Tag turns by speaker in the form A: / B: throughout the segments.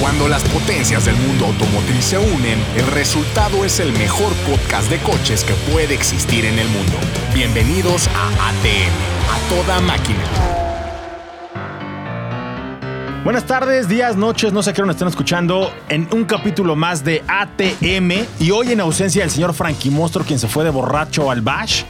A: Cuando las potencias del mundo automotriz se unen, el resultado es el mejor podcast de coches que puede existir en el mundo. Bienvenidos a ATM, a toda máquina.
B: Buenas tardes, días, noches, no sé qué hora nos están escuchando en un capítulo más de ATM y hoy en ausencia del señor Frankie Monstro, quien se fue de borracho al Bash.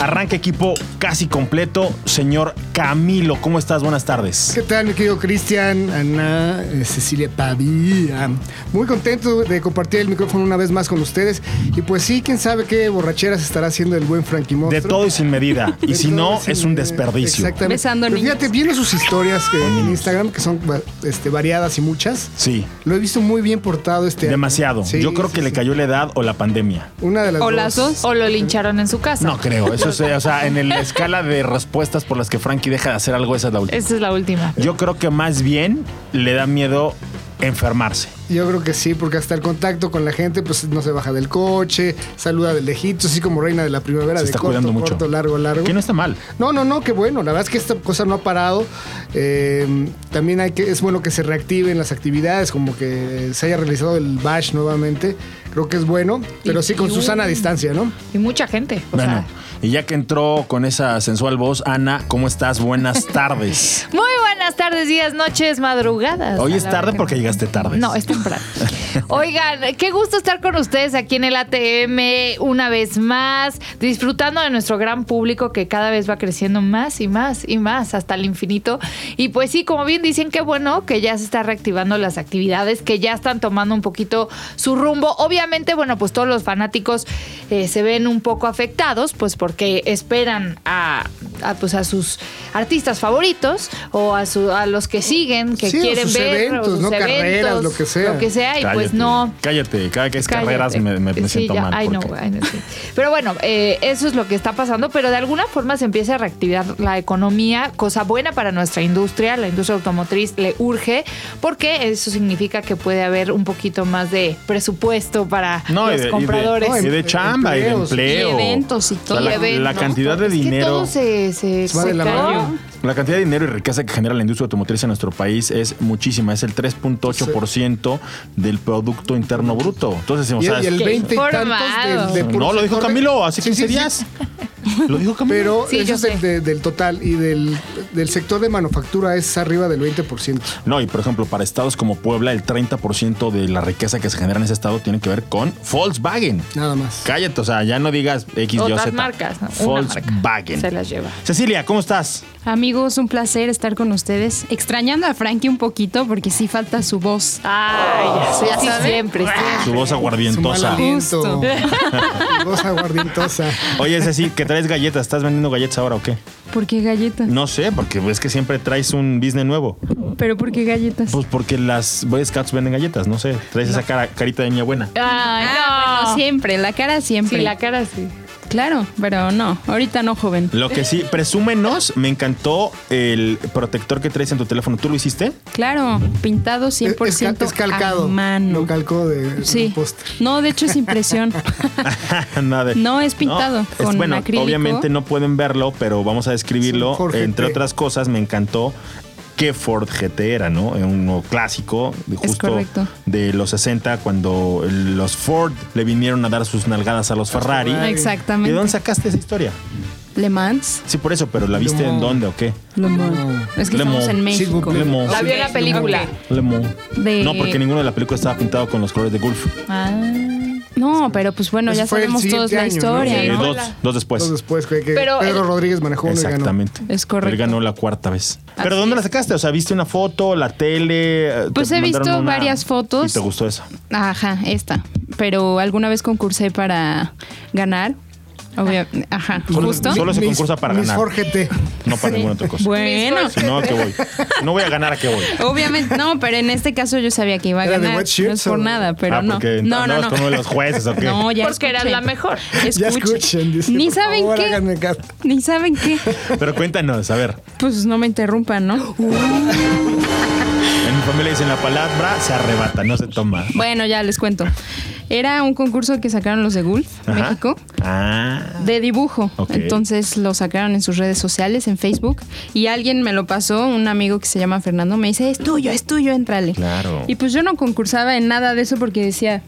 B: Arranca equipo casi completo, señor Camilo, ¿cómo estás? Buenas tardes.
C: ¿Qué tal, mi querido Cristian, Ana, eh, Cecilia Pavía? Muy contento de compartir el micrófono una vez más con ustedes. Y pues sí, quién sabe qué borracheras estará haciendo el buen Frankie
B: De
C: Monstro.
B: todo y sin medida. Y
C: De
B: si
C: todo
B: no,
C: sin-
B: es un
C: eh,
B: desperdicio.
C: Exactamente.
D: Besando
C: Pero
D: niños.
C: Fíjate, viendo sus historias que, en Instagram, que son va- este, variadas y muchas.
B: Sí,
C: Lo he visto muy bien portado este año.
B: demasiado.
C: Sí,
B: Yo creo
C: sí,
B: que le
C: sí.
B: cayó la edad o la pandemia.
C: Una de las
D: O
C: dos.
D: las dos, o lo lincharon en su casa.
B: No creo, eso es, eh, o sea, en el- la escala de respuestas por las que Frankie deja de hacer algo, esa es la última.
D: Esa es la última.
B: Yo creo que más bien le da miedo enfermarse.
C: Yo creo que sí, porque hasta el contacto con la gente, pues no se baja del coche, saluda de lejitos, así como reina de la primavera,
B: Se
C: de
B: está
C: corto,
B: cuidando mucho.
C: corto, largo, largo.
B: Que no está mal.
C: No, no, no, qué bueno. La verdad es que esta cosa no ha parado. Eh, también hay que, es bueno que se reactiven las actividades, como que se haya realizado el bash nuevamente. Creo que es bueno, pero sí con
D: y
C: Susana a
D: un-
C: distancia, ¿no?
D: Y mucha gente. o
B: Bueno,
D: sea.
B: y ya que entró con esa sensual voz, Ana, ¿cómo estás? Buenas tardes.
D: Muy buenas tardes, días, noches, madrugadas.
B: Hoy
D: A
B: es
D: la
B: tarde
D: hora que-
B: porque llegaste tarde.
D: No, es temprano. Oigan, qué gusto estar con ustedes aquí en el ATM una vez más, disfrutando de nuestro gran público que cada vez va creciendo más y más y más hasta el infinito. Y pues sí, como bien dicen, qué bueno que ya se está reactivando las actividades, que ya están tomando un poquito su rumbo. Obviamente, bueno, pues todos los fanáticos eh, se ven un poco afectados, pues porque esperan a, a, pues, a sus artistas favoritos o a, su- a los que siguen, que
C: Sí, o
D: quieren
C: sus
D: ver
C: eventos,
D: o sus
C: ¿no? Carreras,
D: eventos,
C: lo que sea.
D: Lo que sea, y pues no.
B: Cállate, cada que es
D: cállate.
B: carreras me, me- me
D: Sí,
B: siento
D: ya,
B: mal.
D: ay, no,
B: porque-
D: ay, no, sí. Pero bueno, eh, eso es lo que está pasando, pero de alguna forma se empieza a reactivar la economía, cosa buena para nuestra industria, la industria automotriz le urge, porque eso significa que puede haber un poquito más de presupuesto para
B: No, y de,
D: los
B: y de-
D: compradores.
B: y de chamba,
C: Empleos.
B: y de empleo.
E: Y eventos y
B: O sea,
E: todo.
B: la,
D: Y eventos,
B: la cantidad de
D: es Que
B: dinero.
D: todo se, se,
C: va de
D: se
C: la
D: cayó.
C: mano.
B: La cantidad de dinero y riqueza que genera la industria automotriz en nuestro país es muchísima, es el 3.8% del Producto Interno Bruto. Entonces, o
C: Y,
B: sea,
C: y el
B: es-
C: 20 y tantos
D: Formado.
C: de, de puro
B: No, lo dijo
C: sector de-
B: Camilo hace
C: Sí, sí,
B: 15
C: sí.
B: días. Lo dijo Camilo.
C: Pero
D: Sí,
C: eso
D: yo
C: es del,
D: sé.
C: de- del total y del, del sector de manufactura es arriba del 20%.
B: No, y por ejemplo, para estados como Puebla, el 30% de la riqueza que se genera en ese estado tiene que ver con Volkswagen.
C: Nada más.
B: Cállate, o sea, ya no digas X, Y,
D: Otras
B: Z.
D: marcas, ¿no? Una marca.
B: Volkswagen.
D: Se las lleva.
B: Cecilia, ¿cómo estás?
E: Amigos, un placer estar con ustedes. Extrañando a Frankie un poquito porque sí falta su voz.
D: Ay, ya sí, siempre, siempre.
B: Tu voz
C: Su mal
B: aguardientosa.
C: aliento. Voz aguardientosa.
B: Oye, Ceci, que traes galletas. ¿Estás vendiendo galletas ahora o qué?
E: ¿Por qué galletas?
B: No sé, porque es que siempre traes un business nuevo.
E: ¿Pero por qué galletas?
B: Pues porque las Boy Scouts venden galletas, no sé. Traes esa cara, carita de niña buena.
D: Ay,
E: Ah,
D: no.
E: bueno, siempre, la cara siempre.
D: Sí, la cara sí.
E: Claro, pero no, ahorita no, joven.
B: Lo que sí, presúmenos, me encantó el protector que traes en tu teléfono. ¿Tú lo hiciste?
E: Claro, pintado 100%
C: Es, cal- es calcado.
E: a mano.
C: Lo calcó de
E: Sí.
C: del póster.
E: No, de hecho es impresión.
B: Nada de-
E: No, es pintado
B: es-
E: con
B: bueno,
E: acrílico.
B: obviamente no pueden verlo, pero vamos a describirlo.
C: Es un Ford
B: Entre
C: GT.
B: otras cosas, me encantó que Ford GT era, ¿no? Uno clásico, de
E: Es
B: justo
E: correcto.
B: de los 60, cuando los Ford le vinieron a dar sus nalgadas a los Ferrari.
C: Ferrari.
B: ¿De
E: Exactamente.
B: dónde sacaste esa historia?
E: Le Mans.
B: Sí, por eso, pero ¿la viste
C: Le
B: en
C: Mans.
B: dónde o qué?
E: Le Mans. Es que
B: Le
E: estamos
B: Mans.
E: en
C: Sí,
E: México.
C: Le Mans.
D: La vio en la película.
B: Le Mans.
E: De-
B: No, porque ninguno de la película estaba pintado con los colores de Gulf.
E: Ah. No, pero pues bueno,
C: Ese
E: ya
C: fue el
E: sabemos todos
C: siguiente
E: la
C: año, ¿no?
E: historia,
B: Eh,
E: ¿no?
B: dos, dos después.
C: Entonces, pues, que, que
D: Pero
C: Pedro
D: el-
C: Rodríguez manejó uno y ganó.
B: Exactamente.
E: Es correcto.
B: Él ganó la cuarta vez. ¿Pero
E: Así
B: dónde la sacaste? O sea, ¿viste una foto, la tele? Eh,
E: Pues
B: te
E: he visto
B: mandaron una-
E: varias fotos.
B: ¿Y te gustó esa?
E: Ajá, esta. Pero alguna vez concursé para ganar. Obvia- Ajá,
B: Solo-
E: justo.
B: solo se
C: Pues, Mis-
B: concursa para
C: mis
B: ganar.
C: Jorge T.
B: No para ninguna otra cosa.
E: Bueno,
B: Si no, ¿a qué voy? No voy a ganar, ¿a qué voy?
E: obviamente no, pero en este caso yo sabía que iba a
C: ¿Era de
E: ganar.
C: wet
E: No es
C: shirts
E: por
C: o-
E: nada, pero
B: Ah,
E: no.
B: porque
E: No, no,
B: andabas
E: no.
B: con uno de los jueces, ¿o qué?
E: No, ya
D: Porque eras
E: escuché.
D: la mejor.
C: Ya escuchen. dice,
E: Ni
C: por
E: saben
C: favor,
E: qué.
C: háganme caso.
E: Ni saben qué.
B: Pero cuéntanos, a ver.
E: Pues no me interrumpan, ¿no?
B: En mi familia dicen la palabra, se arrebata, no se toma.
E: Bueno, ya les cuento. Era un concurso que sacaron los de Gulf,
B: Ajá.
E: México,
B: Ah.
E: de dibujo.
B: Ok.
E: Entonces lo sacaron en sus redes sociales, en Facebook, y alguien me lo pasó, un amigo que se llama Fernando, me dice, es tuyo, es tuyo, entrale.
B: Claro.
E: Y pues yo no concursaba en nada de eso porque decía,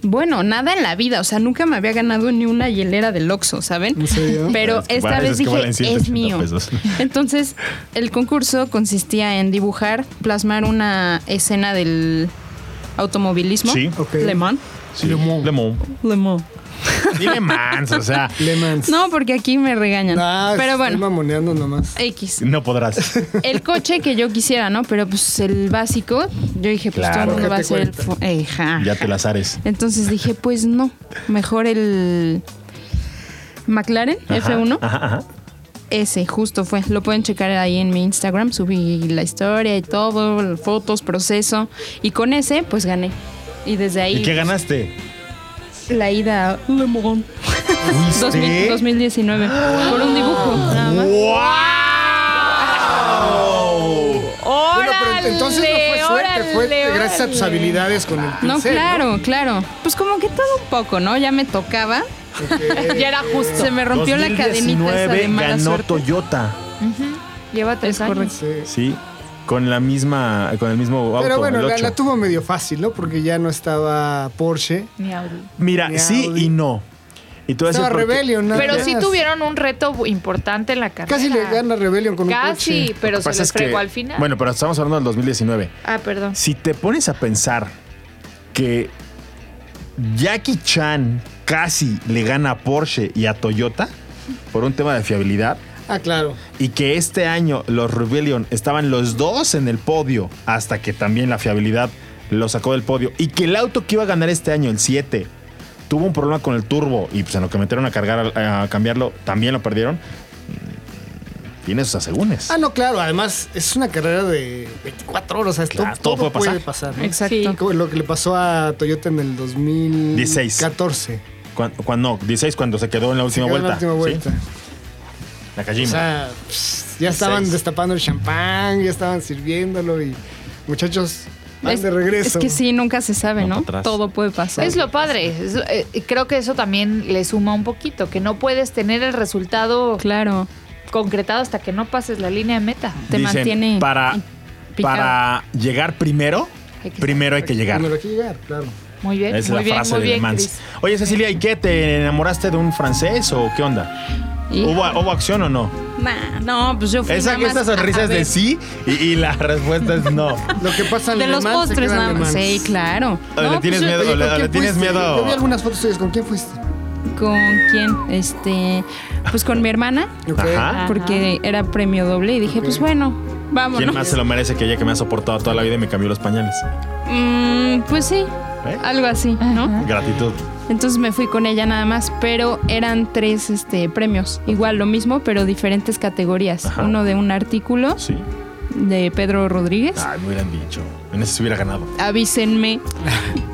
E: bueno, nada en la vida, o sea, nunca me había ganado ni una hielera del Oxxo, ¿saben?
C: ¿En serio?
E: Pero
B: Es que
E: esta
B: vale-
E: vez
B: es que
E: dije,
B: valen
E: es
B: 180
E: mío.
B: pesos.
E: Entonces, el concurso consistía en dibujar, plasmar una escena del automovilismo
B: Sí.
C: Ok.
E: Le Mans.
B: Sí.
C: Le Mans.
B: Le Mans. Dile Mans, o sea,
C: Le Mans.
E: No, porque aquí me regañan.
C: Ah,
E: Pero
C: Estoy
E: bueno,
C: mamoneando nomás.
E: X.
B: no podrás.
E: El coche que yo quisiera, ¿no? Pero pues el básico, yo dije, pues
B: Claro.
E: todo el mundo va
C: Ya
E: a
C: te
E: ser el...
C: cuenta.
E: fo- Ey, ja.
B: Ya te las ares.
E: Entonces dije, pues no, mejor el McLaren
B: Ajá,
E: F1.
B: Ajá, ajá.
E: Ese, justo fue. Lo pueden checar ahí en mi Instagram. Subí la historia y todo, fotos, proceso. Y con ese, pues gané. Y desde ahí,
B: ¿Y qué ganaste?
E: la ida a Le Mans.
B: ¿Fuiste?
E: 2000 2019. Por un dibujo, nada más.
B: Oh, ¡Wow!
D: ¡Órale!
C: Bueno, pero entonces no fue suerte, fue
D: órale,
C: gracias a tus
D: órale.
C: habilidades con el pincel.
E: No, claro, claro. Pues como que todo un poco, ¿no? Ya me tocaba.
D: Ya era justo.
E: Se me rompió la cadenita esa
B: 2019
E: de mala
B: ganó
E: suerte.
B: Toyota.
D: Lleva tres
E: Es
D: años.
E: correcto.
C: Sí.
B: Sí, con la misma, con el mismo auto.
C: Pero bueno,
B: el
C: la,
B: ocho.
C: la tuvo medio fácil, ¿no? Porque ya no estaba Porsche.
D: Ni Audi.
B: Mira,
C: Ni
B: sí
C: Audi.
B: y no. Y todo eso
C: Estaba Rebellion, nada
D: Pero
C: más.
D: sí tuvieron un reto importante en la carrera.
C: Casi le gana Rebellion con un
D: Casi,
C: coche.
D: pero se
B: pasa
D: les
B: es que,
D: fregó al final.
B: Bueno, pero estamos hablando del 2019.
D: Ah, perdón.
B: Si te pones a pensar que Jackie Chan casi le gana a Porsche y a Toyota por un tema de fiabilidad,
C: Ah, claro.
B: y que este año los Rebellion estaban los dos en el podio hasta que también la fiabilidad lo sacó del podio y que el auto que iba a ganar este año, el 7, tuvo un problema con el turbo y pues en lo que metieron a cargar a cambiarlo también lo perdieron. Mm, Tiene sus asegúnes.
C: Ah, no, claro. Además, es una carrera de 24 horas. O sea, esto-
B: Claro,
C: todo,
B: todo puede
C: puede
B: pasar.
C: pasar. ¿no?
E: Exacto.
D: Sí.
C: Como Lo que le pasó a Toyota en el 2014.
B: Cuan- cuan- no, 16 cuando se quedó en la última
C: Se quedó en
B: vuelta.
C: La última vuelta.
B: ¿sí? Nakajima.
C: O sea, pss, ya estaban
B: 16.
C: destapando el champán, ya estaban sirviéndolo y muchachos, van
E: Es-
C: de regreso.
E: Es que sí, nunca se sabe,
B: No,
E: ¿no?
B: para atrás.
E: Todo puede pasar.
D: Es lo padre. Es- eh, creo que eso también le suma un poquito, que no puedes tener el resultado
E: Claro.
D: concretado hasta que no pases la línea de meta.
E: te mantiene
B: para,
E: picado.
B: para llegar primero,
D: Hay que
B: primero hay que llegar.
C: Cuando lo que llegar, claro.
D: Muy bien,
B: Es
D: muy
B: la
D: bien,
B: frase
D: muy
B: de Le
D: bien,
B: Mans.
D: Cris.
B: Oye, Cecilia, ¿y qué? ¿Te enamoraste de un francés o qué onda?
E: Y-
B: ¿Hubo, hubo acción o no?
E: Nah, no, pues yo fui
B: Esa,
E: nada más
B: esas
E: a- a
B: sonrisas
E: ver.
B: de sí y, y la respuesta es no.
C: Lo que pasa en
E: De
C: Le
E: los
C: Mans se queda
E: postres,
C: en
E: nada
C: Le
E: más.
C: Mans.
E: Sí, claro.
B: O le
E: No,
B: tienes
E: pues yo-
B: miedo,
C: Oye,
B: o le, o
C: ¿con
B: le
C: quién
B: tienes
C: fuiste?
B: miedo.
C: Yo vi algunas fotos tuyas. ¿Con quién fuiste?
E: ¿Con quién? Este, pues con mi hermana,
C: Ok.
E: Ah,
B: Ajá.
E: porque era premio doble y dije, pues bueno, vámonos.
B: ¿Quién más se lo merece que ella que me ha soportado toda la vida y me cambió los pañales?
E: Mm, pues sí,
B: ¿Eh?
E: algo así, ¿no?
B: Gratitud.
E: Entonces me fui con ella nada más, pero eran tres este, premios, igual lo mismo, pero diferentes categorías.
B: Ajá.
E: Uno de un artículo
B: Sí.
E: de Pedro Rodríguez,
B: Ay, me hubieran dicho. En ese se hubiera ganado.
E: avísenme,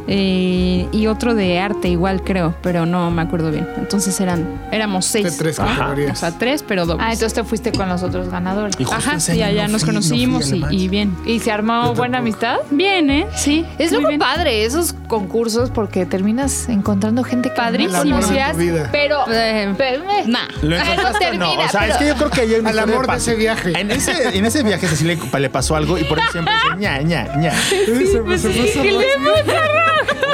E: eh, y otro de arte igual creo, pero no me acuerdo bien. Entonces eran, éramos
B: Este,
C: De
E: seis,
C: este, tres
B: Ajá.
E: o
C: categorías.
E: sea, tres, pero dobles.
D: Ah, entonces te fuiste con los otros ganadores.
B: Y justo
E: Ajá,
B: ese
E: y
B: año
E: allá
B: no
E: nos
B: fui, no fui
E: conocimos
B: a
E: y-
B: Le Mans.
E: y, bien.
D: ¿Y se armó buena amistad?
E: Bien, ¿eh? Sí.
D: Es
E: muy
D: lo
E: bien.
D: padre, esos concursos, porque terminas encontrando gente que
E: Padrísimo.
D: no
E: El amor de tu
D: conocías,
C: vida.
D: pero...
E: Eh,
D: pero eh,
E: nah.
B: ¿Lo
D: pero
B: encontraste o no? O
D: termina,
B: sea, es
D: pero-
B: que yo creo que ayer
C: Al amor de ese viaje.
B: En ese, en ese viaje Cecilia le, le pasó algo y por eso siempre dice ña, ña, ña.
C: Se
E: pues
C: me- se me- se me-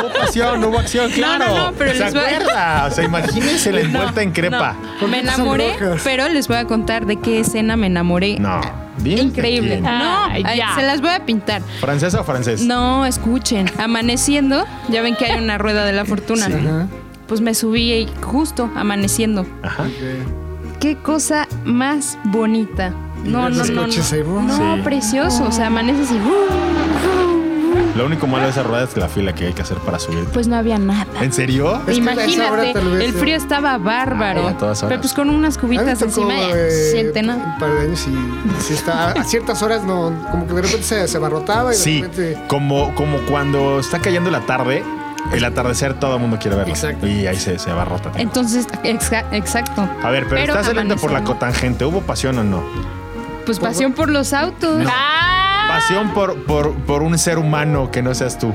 B: Hubo pasión, hubo acción, claro.
E: no, pero
B: ¿Se
E: les va-
B: acuerda? O sea, imagínense la envuelta en crepa.
E: no. Me enamoré,
C: rojas?
E: pero les voy a contar de qué escena me enamoré.
B: No. Dime
E: Increíble.
B: quién.
E: No,
D: Ay,
E: ay,
D: Ah, ya.
E: se las voy a pintar.
B: ¿Francesa o francés?
E: No, escuchen. Amaneciendo, ya ven que hay una rueda de la fortuna.
C: Ajá.
E: Pues me subí y justo amaneciendo.
B: Ajá.
C: Ok.
E: Qué cosa más bonita. No,
C: ves
E: no,
C: los
E: no. No,
C: coches ¿eh? ahí, bro.
E: No,
B: Sí.
E: precioso. O sea, amaneces y. uh, uh,
B: Lo único malo de esa rueda es la fila que hay que hacer para subir.
E: pues no había nada.
B: ¿En serio?
C: Es que a esa hora
E: Imagínate,
C: tal vez,
E: el
C: ¿no?
E: frío estaba bárbaro.
B: Ay, a todas horas.
E: pero pues con unas
C: A mí me
E: cubitas
C: tocó,
E: encima ya no se
C: eh,
E: siente nada.
C: Un par de años y sí estaba- a ciertas horas no, como que de repente se, se abarrotaba y de
B: Sí,
C: repente
B: como, como cuando está cayendo la tarde, el atardecer todo el mundo quiere verlo.
C: Exacto.
B: Y ahí se, se abarrota.
E: Entonces, exa- exacto.
B: A ver, pero,
E: Pero
B: está saliendo por la
E: amanece.
B: cotangente. ¿Hubo pasión o no?
E: Pues pasión por los autos.
D: ¡Ah!
B: Pasión por, por, por un ser humano que no seas tú.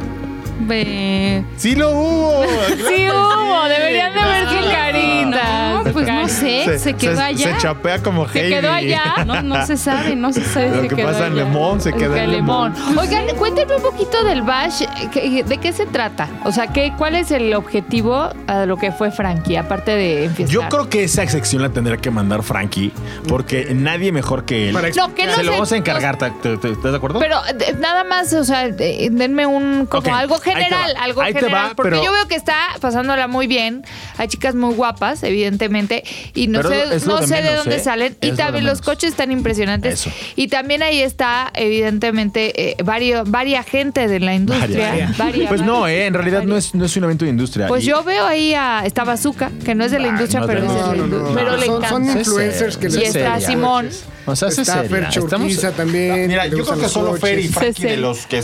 E: Ve.
B: Sí lo hubo. claro que
D: Sí hubo, deberían de haber
E: claro.
D: su carita.
E: No, pues no sé, se, quedó allá.
B: Ah. Se chapea como
D: Se
B: Heidi.
D: quedó allá.
E: No, no se sabe, no se sabe
B: Lo
E: si
B: que
E: quedó
B: pasa en
E: allá.
B: Lemón se queda en Lemón.
D: Oigan, cuéntenme un poquito del Bash. ¿qué- ¿De qué se trata? O sea, ¿qué, ¿cuál es el objetivo a lo que fue Frankie? Aparte de enfiestar.
B: Yo creo que esa sección la tendría que mandar Frankie, porque nadie mejor que él.
C: Para
D: No, que no
B: se lo
D: sé-
B: vamos a encargar, ¿te- te- te- ¿estás de acuerdo?
D: Pero eh, de- nada más, o sea, de- denme un como
B: Ok,
D: algo
B: ahí te
D: general,
B: va.
D: algo
B: Ahí te
D: general,
B: va,
D: porque
B: pero-
D: yo veo que está pasándola muy bien. Hay chicas muy guapas, evidentemente, y no
B: Pero es
D: sé,
B: lo
D: no
B: de
D: sé de
B: menos,
D: dónde
B: ¿eh?
D: salen.
B: Es
D: Y
B: lo de
D: también los
B: menos.
D: coches están impresionantes.
B: Eso.
D: Y también ahí está, evidentemente, eh, vario- varia gente de la industria.
B: Varia.
D: Varia,
B: Pues
D: varia.
B: no, eh, en realidad no es, no es un evento de industria.
D: Pues
B: Y-
D: yo veo ahí a esta bazooka, que no es de la
B: Bah,
D: industria,
B: no,
D: pero
B: no,
D: es de la
C: no, no,
D: industria.
C: no.
D: Pero le
C: Son-
D: encanta.
C: son influencers que
B: Sí,
D: y
C: les
D: está
B: seria.
D: Simón.
B: O sea, sí
C: Está
B: seria.
C: Fercho
B: Estamos-
C: Urquiza también,
B: Mira,
C: que
B: yo creo
C: le gustan
B: que
C: los
B: solo Fer y
C: coches.
B: Frankie
D: Sí, sí.
B: de los que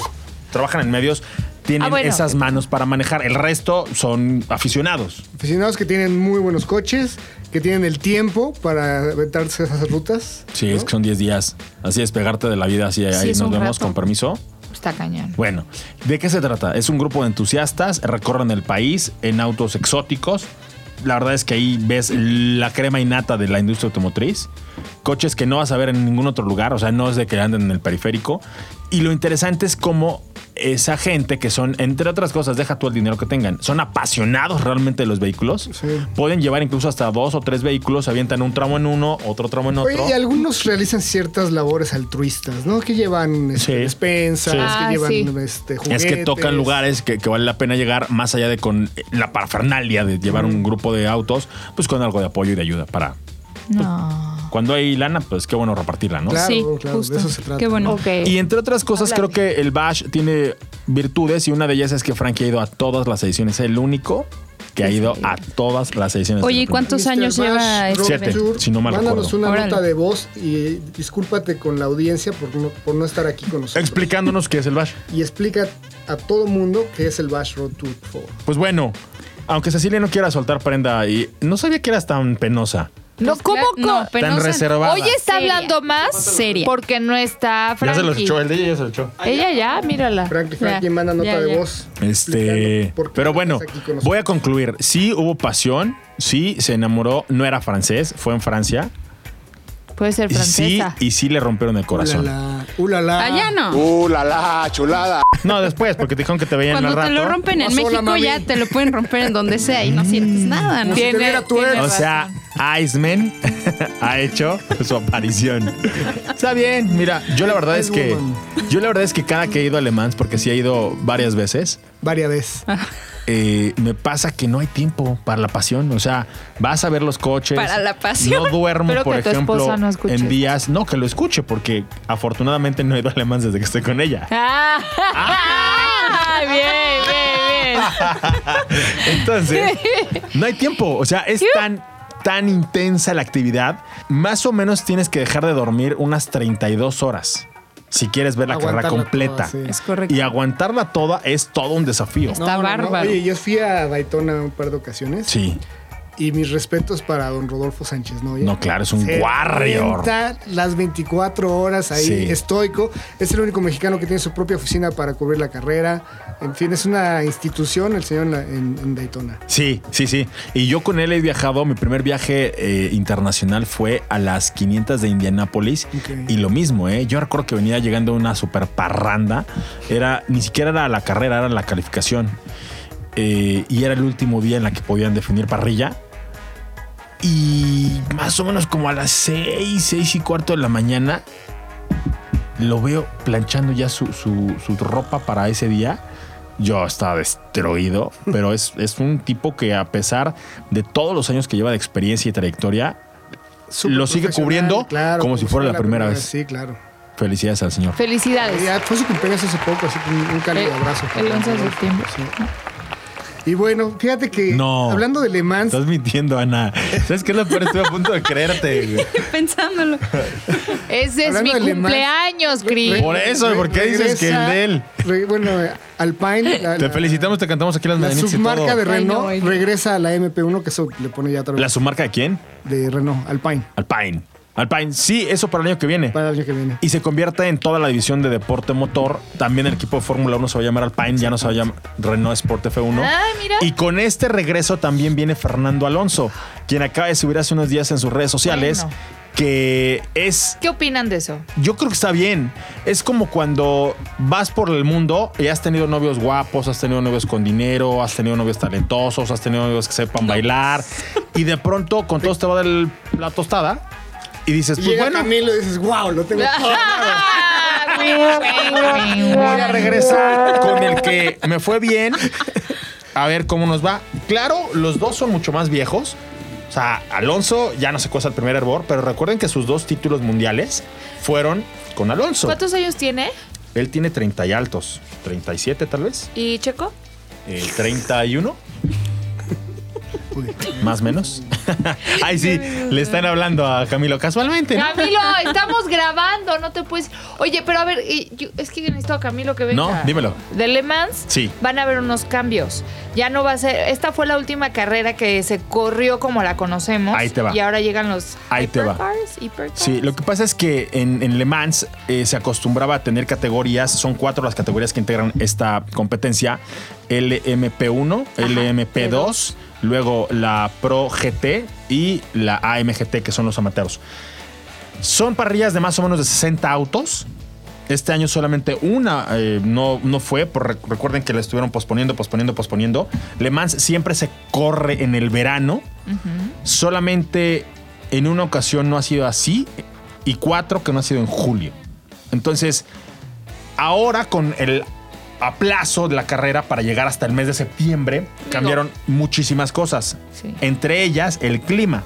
B: trabajan en medios tienen
D: Ah, bueno.
B: esas manos para manejar. El resto son aficionados.
C: Aficionados que tienen muy buenos coches, que tienen el tiempo para aventarse esas rutas.
B: Sí, es que son 10 días. Así es, pegarte de la vida, así ahí
D: es
B: nos
D: un
B: vemos,
D: rato.
B: con permiso.
D: Está cañón.
B: Bueno, ¿de qué se trata? Es un grupo de entusiastas, recorren el país en autos exóticos. La verdad es que ahí ves la crema innata de la industria automotriz. Coches que no vas a ver en ningún otro lugar, o sea, no es de que anden en el periférico. Y lo interesante es cómo esa gente que son, entre otras cosas, deja tú el dinero que tengan, son apasionados realmente de los vehículos.
C: Sí.
B: Pueden llevar incluso hasta dos o tres vehículos, avientan un tramo en uno, otro tramo en otro.
C: Oye, y algunos realizan ciertas labores altruistas, ¿no? Que llevan este,
B: Sí.
C: despensas,
B: Sí.
D: Ah,
C: que llevan
D: sí.
C: este,
B: Es
C: juguetes.
B: que tocan lugares que, que vale la pena llegar más allá de con eh, la parafernalia de llevar un grupo de autos, pues con algo de apoyo y de ayuda para
D: No.
B: cuando hay lana, pues qué bueno repartirla, ¿no?
C: Claro,
E: sí,
C: claro, de
E: justo.
C: eso se trata.
E: Qué bueno.
D: Ok.
B: Y entre otras cosas,
D: Háblame.
B: creo que el Bash tiene virtudes y una de ellas es que Frankie ha ido a todas las ediciones. Es el único que ha ido a todas las ediciones.
E: Oye,
B: de
E: ¿y
B: la primera.
E: cuántos
C: Mr.
E: años
C: Bash
E: lleva
C: Road
E: este
B: Siete.
E: evento?
C: Tour,
B: si no mal
C: Mándanos
B: recuerdo.
C: una
E: Órale.
C: nota de voz y discúlpate con la audiencia por no, por no estar aquí con nosotros.
B: Explicándonos qué es el Bash.
C: y explica a todo mundo qué es el Bash Road Tour, por favor.
B: Pues bueno, aunque Cecilia no quiera soltar prenda y no sabía que eras tan penosa.
D: No,
E: Pues
D: ¿cómo?
E: claro- no,
D: co-
E: pero
B: Tan
E: no sé.
B: reservada.
D: Hoy está
E: Seria.
D: hablando más
E: Seria.
D: porque no está Frankie.
B: Ya se los echó, el de ella ya se lo echó.
D: Ella ya, mírala.
C: Frankie, Frankie, manda nota
E: ya,
C: de
E: ya.
C: voz.
B: Este,
C: explicando por qué
B: pero
C: estás
B: bueno,
C: aquí con nosotros.
B: voy a concluir. Sí hubo pasión, sí se enamoró, no era francés, fue en Francia.
D: Puede ser
B: Y sí,
D: francesa.
B: y sí le rompieron el corazón.
C: Ulala,
B: Ah,
C: ulala.
E: Allá no.
A: ¡Uh, la, la, chulada!
B: No, después, porque te dijeron que te veían
E: Cuando
B: al rato.
E: te lo rompen en
C: Pasó la
E: México
C: mami. Mm.
E: ya te lo pueden romper en donde sea y no sientes nada,
C: Como
E: ¿no?
C: si te
D: Tiene-
C: viera tu
D: tiene
C: ex.
B: o sea, Iceman ha hecho su aparición. Está bien, mira, yo la verdad es que
C: Icewoman.
B: yo la verdad es que cada que he ido a Alemán, porque sí he ido varias veces,
C: Varias veces.
B: eh, me pasa que no hay tiempo para la pasión. O sea, vas a ver los coches.
E: Para la pasión.
B: No duermo,
D: Espero
B: por
D: que tu
B: ejemplo,
D: esposa no escuche
B: en
D: esto.
B: días. No, que lo escuche, porque afortunadamente no he ido a Alemán desde que estoy con ella.
D: Ah,
C: Ah.
D: bien, bien, bien.
B: Entonces, no hay tiempo. O sea, es tan, tan intensa la actividad. Más o menos tienes que dejar de dormir unas 32 horas. Si quieres ver la carrera
C: Aguantarla
B: completa.
C: toda, sí.
E: Es correcto.
B: Y aguantarla toda es todo un desafío.
E: Está bárbaro.
C: Oye, yo fui a Daytona un par de ocasiones.
B: Sí.
C: Y mis respetos para don Rodolfo Sánchez, ¿no?
B: No, claro, es un
C: Se
B: warrior.
C: avienta las 24 horas ahí,
B: Sí.
C: estoico. Es el único mexicano que tiene su propia oficina para cubrir la carrera. En fin, es una institución el señor en, la- en- en Daytona.
B: Sí, sí, sí. Y yo con él he viajado. Mi primer viaje eh, internacional fue a las 500 de Indianápolis.
C: Ok.
B: Y lo mismo, ¿eh? Yo recuerdo que venía llegando una super parranda. Era, ni siquiera era la carrera, era la calificación. Eh, y era el último día en la que podían definir parrilla. Y más o menos como a las 6, 6 y cuarto de la mañana, lo veo planchando ya su, su- su ropa para ese día. Yo estaba destruido, pero es, es un tipo que a pesar de todos los años que lleva de experiencia y trayectoria,
C: Súper
B: Lo sigue
C: profesional, pues,
B: cubriendo como si fuera la primera vez.
C: Sí, claro.
B: felicidades al señor.
C: Y
D: Felicidades.
C: ya fue su cumpleaños hace poco, así que un, un cálido
D: El-
C: abrazo. para
D: Eh, el
C: don
D: 11 de
C: Rodolfo,
D: septiembre.
C: sí. Y bueno, fíjate que
B: No.
C: hablando de Le Mans,
B: Estás mintiendo, Ana. ¿Sabes qué es lo peor? Estoy a punto de creerte. güey.
E: Pensándolo.
D: Ese es mi
C: Hablando de Le Mans,
D: cumpleaños, Cris.
B: Por eso, ¿por qué dices que el de él?
C: re- bueno, eh, Alpine. la-
B: Te
C: la-
B: felicitamos, te cantamos aquí las
C: La
B: mañanitas y
C: submarca
B: todo.
C: de
E: Ay, no,
C: Renault
E: ay, no.
C: regresa a la MP1, que eso le pone ya otra
B: ¿La
C: vez.
B: submarca de quién?
C: de Renault, Alpine.
B: Alpine. Alpine, sí, eso para el año que viene.
C: para el año que viene.
B: Y se convierte en toda la división de deporte motor. También el equipo de Fórmula 1 se va a llamar Alpine, ya no se va a llamar Renault Sport F1.
D: Ah, mira.
B: Y con este regreso también viene Fernando Alonso, quien acaba de subir hace unos días en sus redes sociales
D: Bueno.
B: que es
D: ¿Qué opinan de eso?
B: yo creo que está bien. Es como cuando vas por el mundo y has tenido novios guapos, has tenido novios con dinero, has tenido novios talentosos, has tenido novios que sepan bailar y de pronto con todos te va a dar el- la tostada y dices,
C: Y
B: pues
C: llega
B: bueno,
C: Camilo y dices, wow, lo tengo. Ah,
B: voy a regresar con el que me fue bien. A ver cómo nos va. Claro, los dos son mucho más viejos. O sea, Alonso ya no se cuesta el primer hervor, pero recuerden que sus dos títulos mundiales fueron con Alonso.
D: ¿Cuántos años tiene?
B: Él tiene 30 y altos. 37 tal vez.
D: ¿Y Checo?
B: Eh, 31. Más menos. Ay, sí, le están hablando a Camilo casualmente, ¿no?
D: Camilo, estamos grabando, no te puedes. Oye, pero a ver, y yo- es que yo necesito a Camilo que venga.
B: No, dímelo.
D: De Le Mans
B: Sí.
D: van a haber unos cambios. Ya no va a ser. Esta fue la última carrera que se corrió como la conocemos.
B: Ahí te va.
D: Y ahora llegan los.
B: Ahí te va.
D: hypercars, hypercars.
B: Sí, lo que pasa es que en, en Le Mans eh, se acostumbraba a tener categorías, son cuatro las categorías que integran esta competencia, LMP1, LMP2, luego la Pro GT y la AMGT, que son los amateros. Son parrillas de más o menos de 60 autos. Este año solamente una eh, no, no fue, por, rec- recuerden que la estuvieron posponiendo, posponiendo, posponiendo. Le Mans siempre se corre en el verano. Solamente en una ocasión no ha sido así y cuatro que no ha sido en julio. Entonces, ahora con el aplazo de la carrera para llegar hasta el mes de septiembre, cambiaron muchísimas cosas.
D: Sí.
B: Entre ellas, el clima.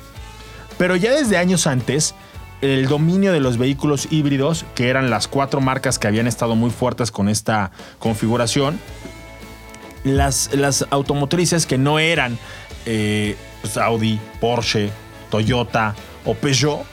B: Pero ya desde años antes, el dominio de los vehículos híbridos, que eran las cuatro marcas que habían estado muy fuertes con esta configuración, las, las automotrices que no eran eh, pues, Audi, Porsche, Toyota o Peugeot,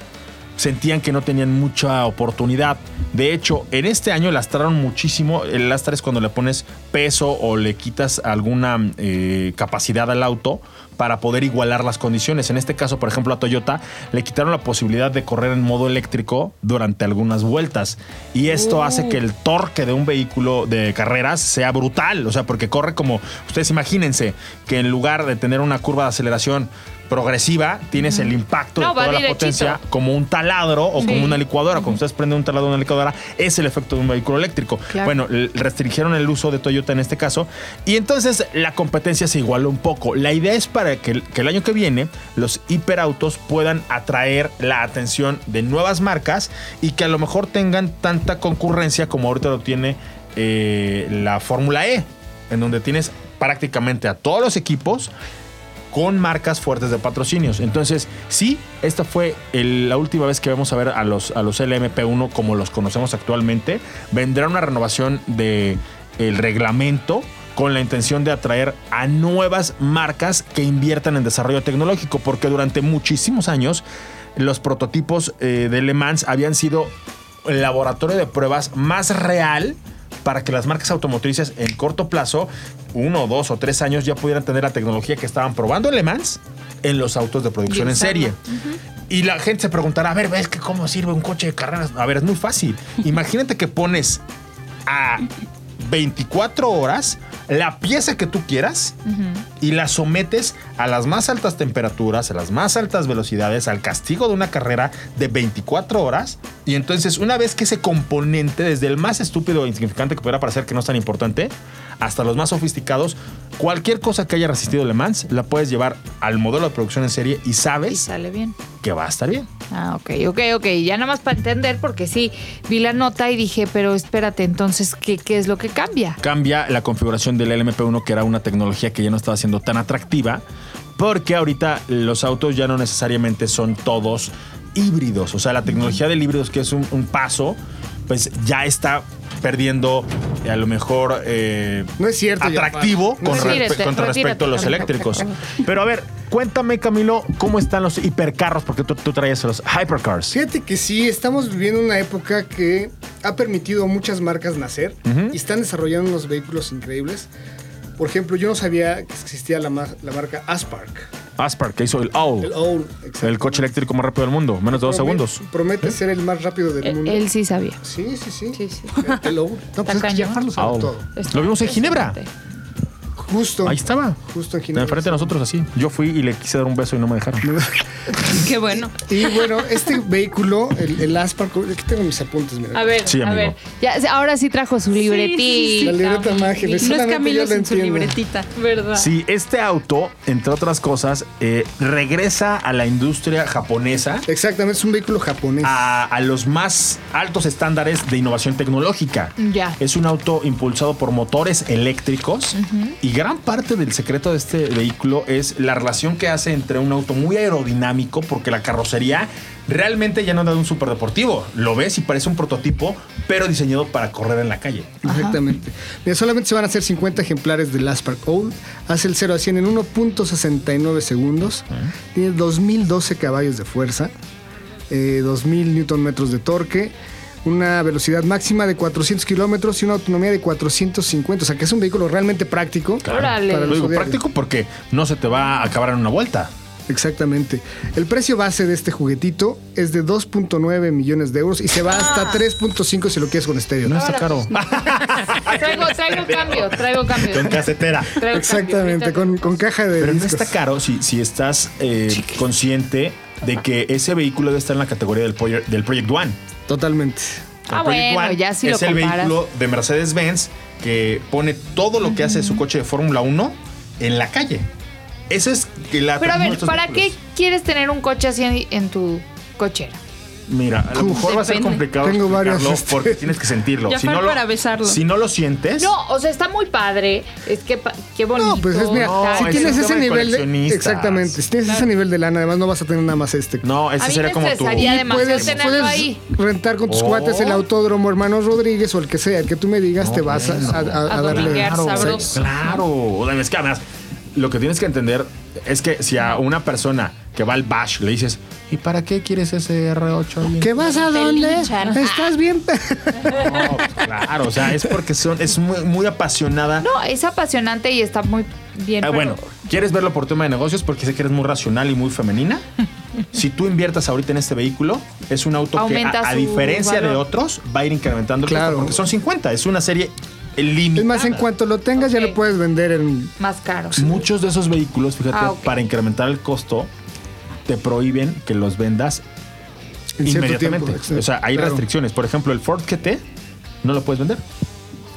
B: sentían que no tenían mucha oportunidad. De hecho, en este año lastraron muchísimo. El lastre es cuando le pones peso o le quitas alguna eh, capacidad al auto para poder igualar las condiciones. En este caso, por ejemplo, a Toyota le quitaron la posibilidad de correr en modo eléctrico durante algunas vueltas. Y esto hace que el torque de un vehículo de carreras sea brutal. O sea, porque corre como, ustedes imagínense, que en lugar de tener una curva de aceleración progresiva, tienes el impacto
D: No,
B: de
D: va
B: toda la
D: derechito.
B: potencia como un taladro o como una licuadora. Cuando ustedes prenden un taladro o una licuadora, es el efecto de un vehículo eléctrico.
D: Claro.
B: Bueno, l- restringieron el uso de Toyota en este caso. Y entonces la competencia se igualó un poco. La idea es para que, el- que el año que viene los hiperautos puedan atraer la atención de nuevas marcas y que a lo mejor tengan tanta concurrencia como ahorita lo tiene eh, la Fórmula E, en donde tienes prácticamente a todos los equipos con marcas fuertes de patrocinios. Entonces, sí, esta fue el- la última vez que vamos a ver a los, a los LMP1 como los conocemos actualmente. Vendrá una renovación del el reglamento con la intención de atraer a nuevas marcas que inviertan en desarrollo tecnológico, porque durante muchísimos años los prototipos eh, de Le Mans habían sido el laboratorio de pruebas más real para que las marcas automotrices en corto plazo, uno, dos o tres años, ya pudieran tener la tecnología que estaban probando en Le Mans en los autos de producción
D: Y
B: en
D: usarla.
B: serie. Y la gente se preguntará, a ver, ¿ves que cómo sirve un coche de carreras? A ver, es muy fácil. Imagínate que pones a 24 horas la pieza que tú quieras y la sometes a las más altas temperaturas, a las más altas velocidades, al castigo de una carrera de 24 horas. Y entonces, una vez que ese componente, desde el más estúpido e insignificante que pudiera parecer que no es tan importante, hasta los más sofisticados, cualquier cosa que haya resistido Le Mans, la puedes llevar al modelo de producción en serie y
D: Y
B: sabes
D: sale bien.
B: que va a estar bien.
D: Ah, ok, ok, ok. Ya nada más para entender, porque sí, vi la nota y dije, pero espérate, entonces, ¿qué, qué es lo que cambia?
B: cambia la configuración del LMP1, que era una tecnología que ya no estaba siendo tan atractiva, porque ahorita los autos ya no necesariamente son todos híbridos. O sea, la tecnología del híbridos, que es un, un paso, pues ya está perdiendo eh, a lo mejor eh,
C: No es cierto, ya,
B: atractivo
C: Rafa.
B: con,
D: Retírate,
B: respe- con respecto
D: retírate,
B: a los
D: Camilo.
B: eléctricos. Pero a ver, cuéntame Camilo, ¿cómo están los hipercarros? Porque tú, tú traías los hypercars.
C: Fíjate que sí, estamos viviendo una época que ha permitido a muchas marcas nacer y están desarrollando unos vehículos increíbles. Por ejemplo, yo no sabía que existía la, ma- la marca Aspark.
B: Aspar, que hizo el Owl.
C: El
B: El,
C: Owl, exacto.
B: coche eléctrico más rápido del mundo, menos de dos
C: Promete-
B: segundos. ¿Eh?
C: Promete ser el más rápido del
E: Él,
C: mundo.
E: él sí sabía.
C: Sí, sí, sí.
D: Sí, sí.
C: El Owl. No, pues es que
D: cañón.
C: ya Carlos sabe
B: Owl.
C: todo.
D: Está
B: Ah, Lo vimos en Ginebra.
D: impresionante.
C: Justo.
B: Ahí estaba.
C: Justo aquí.
B: Enfrente de nosotros, así. Yo fui y le quise dar un beso y no me dejaron.
E: Qué bueno.
C: Y bueno, este vehículo, el, el Aspar, aquí tengo mis apuntes, mira.
D: A ver,
B: Sí,
D: a
B: amigo.
D: ver. Ya, ahora sí trajo su libretita.
E: sí, sí.
C: La libreta mágica.
E: No es
C: solamente
E: Camilo
C: yo la
E: sin su
C: entiendo.
E: libretita.
D: ¿Verdad?
B: Sí, este auto, entre otras cosas, eh, regresa a la industria japonesa
C: Exactamente, es un vehículo japonés.
B: a, a los más altos estándares de innovación tecnológica.
D: Ya.
B: Es un auto impulsado por motores eléctricos y gran parte del secreto de este vehículo es la relación que hace entre un auto muy aerodinámico, porque la carrocería realmente ya no da de un superdeportivo. Lo ves y parece un prototipo, pero diseñado para correr en la calle.
C: Exactamente. Mira, solamente se van a hacer 50 ejemplares del Aspar Old. Hace el 0 a 100 en 1.69 segundos.
B: Ah.
C: Tiene 2012 caballos de fuerza, eh, 2000 newton metros de torque, una velocidad máxima de 400 kilómetros y una autonomía de 450. O sea, que es un vehículo realmente práctico.
D: Órale.
C: Para
B: Lo
C: los
B: digo
C: odiarios.
B: práctico porque no se te va a acabar en una vuelta.
C: Exactamente. El precio base de este juguetito es de 2.9 millones de euros y se va
D: Ah.
C: hasta 3.5 si lo quieres con estéreo.
B: No está caro.
D: Traigo, traigo cambio, traigo cambio.
B: Con casetera.
D: Traigo
C: Exactamente, con,
D: cambio.
C: con caja de
B: Pero no
C: discos.
B: está caro si, si estás eh, consciente de que ese vehículo debe estar en la categoría del, Proye- del Project One.
C: Totalmente.
D: Ah,
B: El Project
D: bueno,
B: One
D: ya si lo
B: es el
D: comparas.
B: vehículo de Mercedes-Benz que pone todo lo que
D: Mm.
B: hace su coche de Fórmula 1 en la calle. Esa es la
D: Pero a
B: uno de
D: ver,
B: estos
D: ¿para qué
B: vehículos.
D: quieres tener un coche así en, en tu cochera?
B: Mira, a lo
C: Uf.
B: mejor va a ser
E: Depende.
B: complicado
C: Tengo varios,
B: explicarlo
C: este.
B: porque tienes que sentirlo.
E: Ya fue para besarlo.
B: si no lo sientes,
D: No, o sea, está muy padre. Es que pa- qué
C: No,
D: bonito.
C: pues es mira,
B: No,
C: si
B: es
C: tienes
B: un
C: ese
B: tema de
C: nivel de
B: coleccionistas.
C: exactamente, si tienes ese nivel de lana, además no vas a tener nada más este.
B: no
D: A
B: Ah, ese
D: mí
B: sería
D: me
B: como tu...
D: estresaría
B: No,
D: de- Además, yo tenerlo ahí.
C: rentar con tus
B: Oh.
C: cuates el autódromo Hermanos Rodríguez o el que sea, el que tú me digas te vas a, a- a- a darle.
D: dominguear.
B: Claro,
D: sabroso.
B: claro. O sea, es que además, lo que tienes que entender es que si a una persona que va al bash le dices, ¿y para qué quieres ese R8 ahí?
C: ¿Qué vas a dónde?
E: linchan.
C: ¿Estás bien?
B: No, pues, claro, o sea, es porque son, es muy, muy apasionada.
D: No, es apasionante y está muy bien.
B: Ah,
D: pero-
B: bueno, ¿quieres verlo por tema de negocios? Porque sé que eres muy racional y muy femenina. Si tú inviertas ahorita en este vehículo, es un auto
D: Aumenta
B: que, a, a
D: su
B: diferencia de
D: valor.
B: otros, va a ir incrementando el
C: Claro.
B: costo, porque son 50, es una serie limitada.
C: es más, en cuanto lo tengas ya
D: Ah. Ok.
C: lo puedes vender en
D: Más caro.
B: Muchos de esos vehículos, fíjate,
D: Ah, ok.
B: para incrementar el costo, te prohíben que los vendas
C: en cierto
B: inmediatamente.
C: tiempo. exacto.
B: o sea, hay
C: Claro.
B: restricciones. Por ejemplo, el Ford GT no lo puedes vender.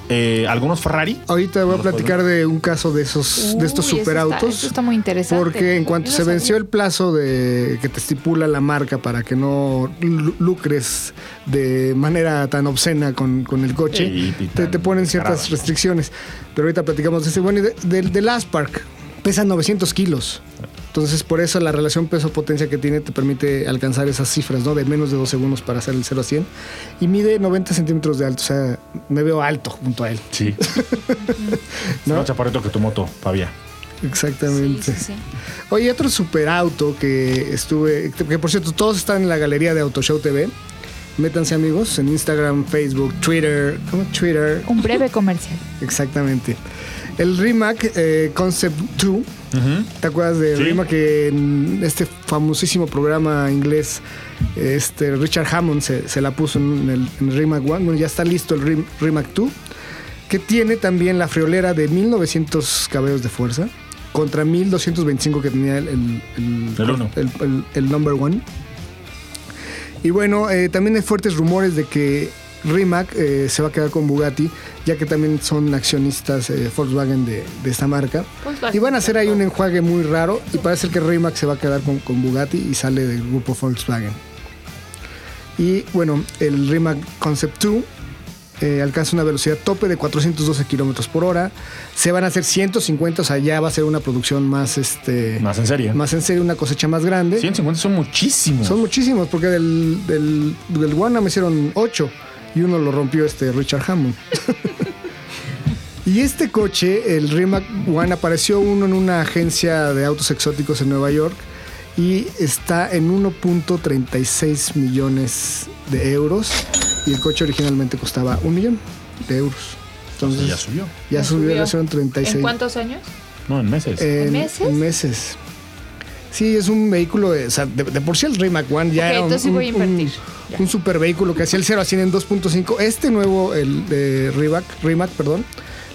B: Eh, algunos Ferrari.
C: Ahorita voy a platicar de un caso de esos de estos
D: Uy, eso está-
C: superautos.
D: Eso está muy interesante.
C: Porque en cuanto
D: Yo
C: se
D: no
C: venció
D: sabía.
C: el plazo de que te estipula la marca para que no lu- lucres de manera tan obscena con, con el coche,
B: Y- y
C: te,
B: tan
C: te ponen ciertas
B: descarada, ¿no?
C: restricciones. Pero ahorita platicamos de ese. Bueno, y de- del del Aspark pesa 900 kilos. Entonces, por eso la relación peso-potencia que tiene te permite alcanzar esas cifras, ¿no? De menos de dos segundos para hacer el 0 a 100. Y mide 90 centímetros de alto. O sea, me veo alto junto a él.
B: Sí.
C: ¿No?
B: ¿No? Más chaparrito que tu moto, Pavía.
C: Exactamente.
E: Sí, sí, sí.
C: Oye, otro superauto que estuve, que por cierto, todos están en la galería de Autoshow TV. Métanse amigos en Instagram, Facebook, Twitter, ¿cómo? Twitter,
D: Un breve comercial.
C: exactamente. El Rimac eh, Concept 2, ¿te acuerdas de
B: Sí.
C: Rimac que en este famosísimo programa inglés, este Richard Hammond se, se la puso en el en el Rimac 1? Bueno, ya está listo el Rim- Rimac 2, que tiene también la friolera de 1900 caballos de fuerza contra 1225 que tenía el, el,
B: El uno.
C: el- el- el number one. Y bueno, eh, también hay fuertes rumores de que Rimac eh, se va a quedar con Bugatti, ya que también son accionistas eh, Volkswagen de, de esta marca.
D: Volkswagen.
C: Y van a hacer ahí un enjuague muy raro y parece que Rimac se va a quedar con, con Bugatti y sale del grupo Volkswagen. Y bueno, el Rimac Concept 2 eh, alcanza una velocidad tope de 412 kilómetros por hora. Se van a hacer 150, o sea, ya va a ser una producción más, este,
B: Más en serio.
C: más en serio, una cosecha más grande.
B: 150 son muchísimos.
C: Son muchísimos, porque del, del, del Guana me hicieron ocho y uno lo rompió este Richard Hammond. y este coche, el Rimac One, apareció uno en una agencia de autos exóticos en Nueva York y está en 1.36 millones de euros y el coche originalmente costaba un millón de euros. Entonces,
B: Entonces ya subió.
C: ya
D: Ya
C: subió,
D: subió.
C: ya son 36.
D: ¿En cuántos años?
C: Eh,
B: No, en meses.
C: En-
D: ¿En meses?
C: en meses. Sí, es un vehículo, o sea, de, de por sí el Rimac One ya
D: Ok,
C: era un,
D: entonces sí voy a
C: un- un-
D: invertir. Ya.
C: un super vehículo que hacía el 0 a 100 en 2.5. Este nuevo, el de Rimac, Rimac, perdón,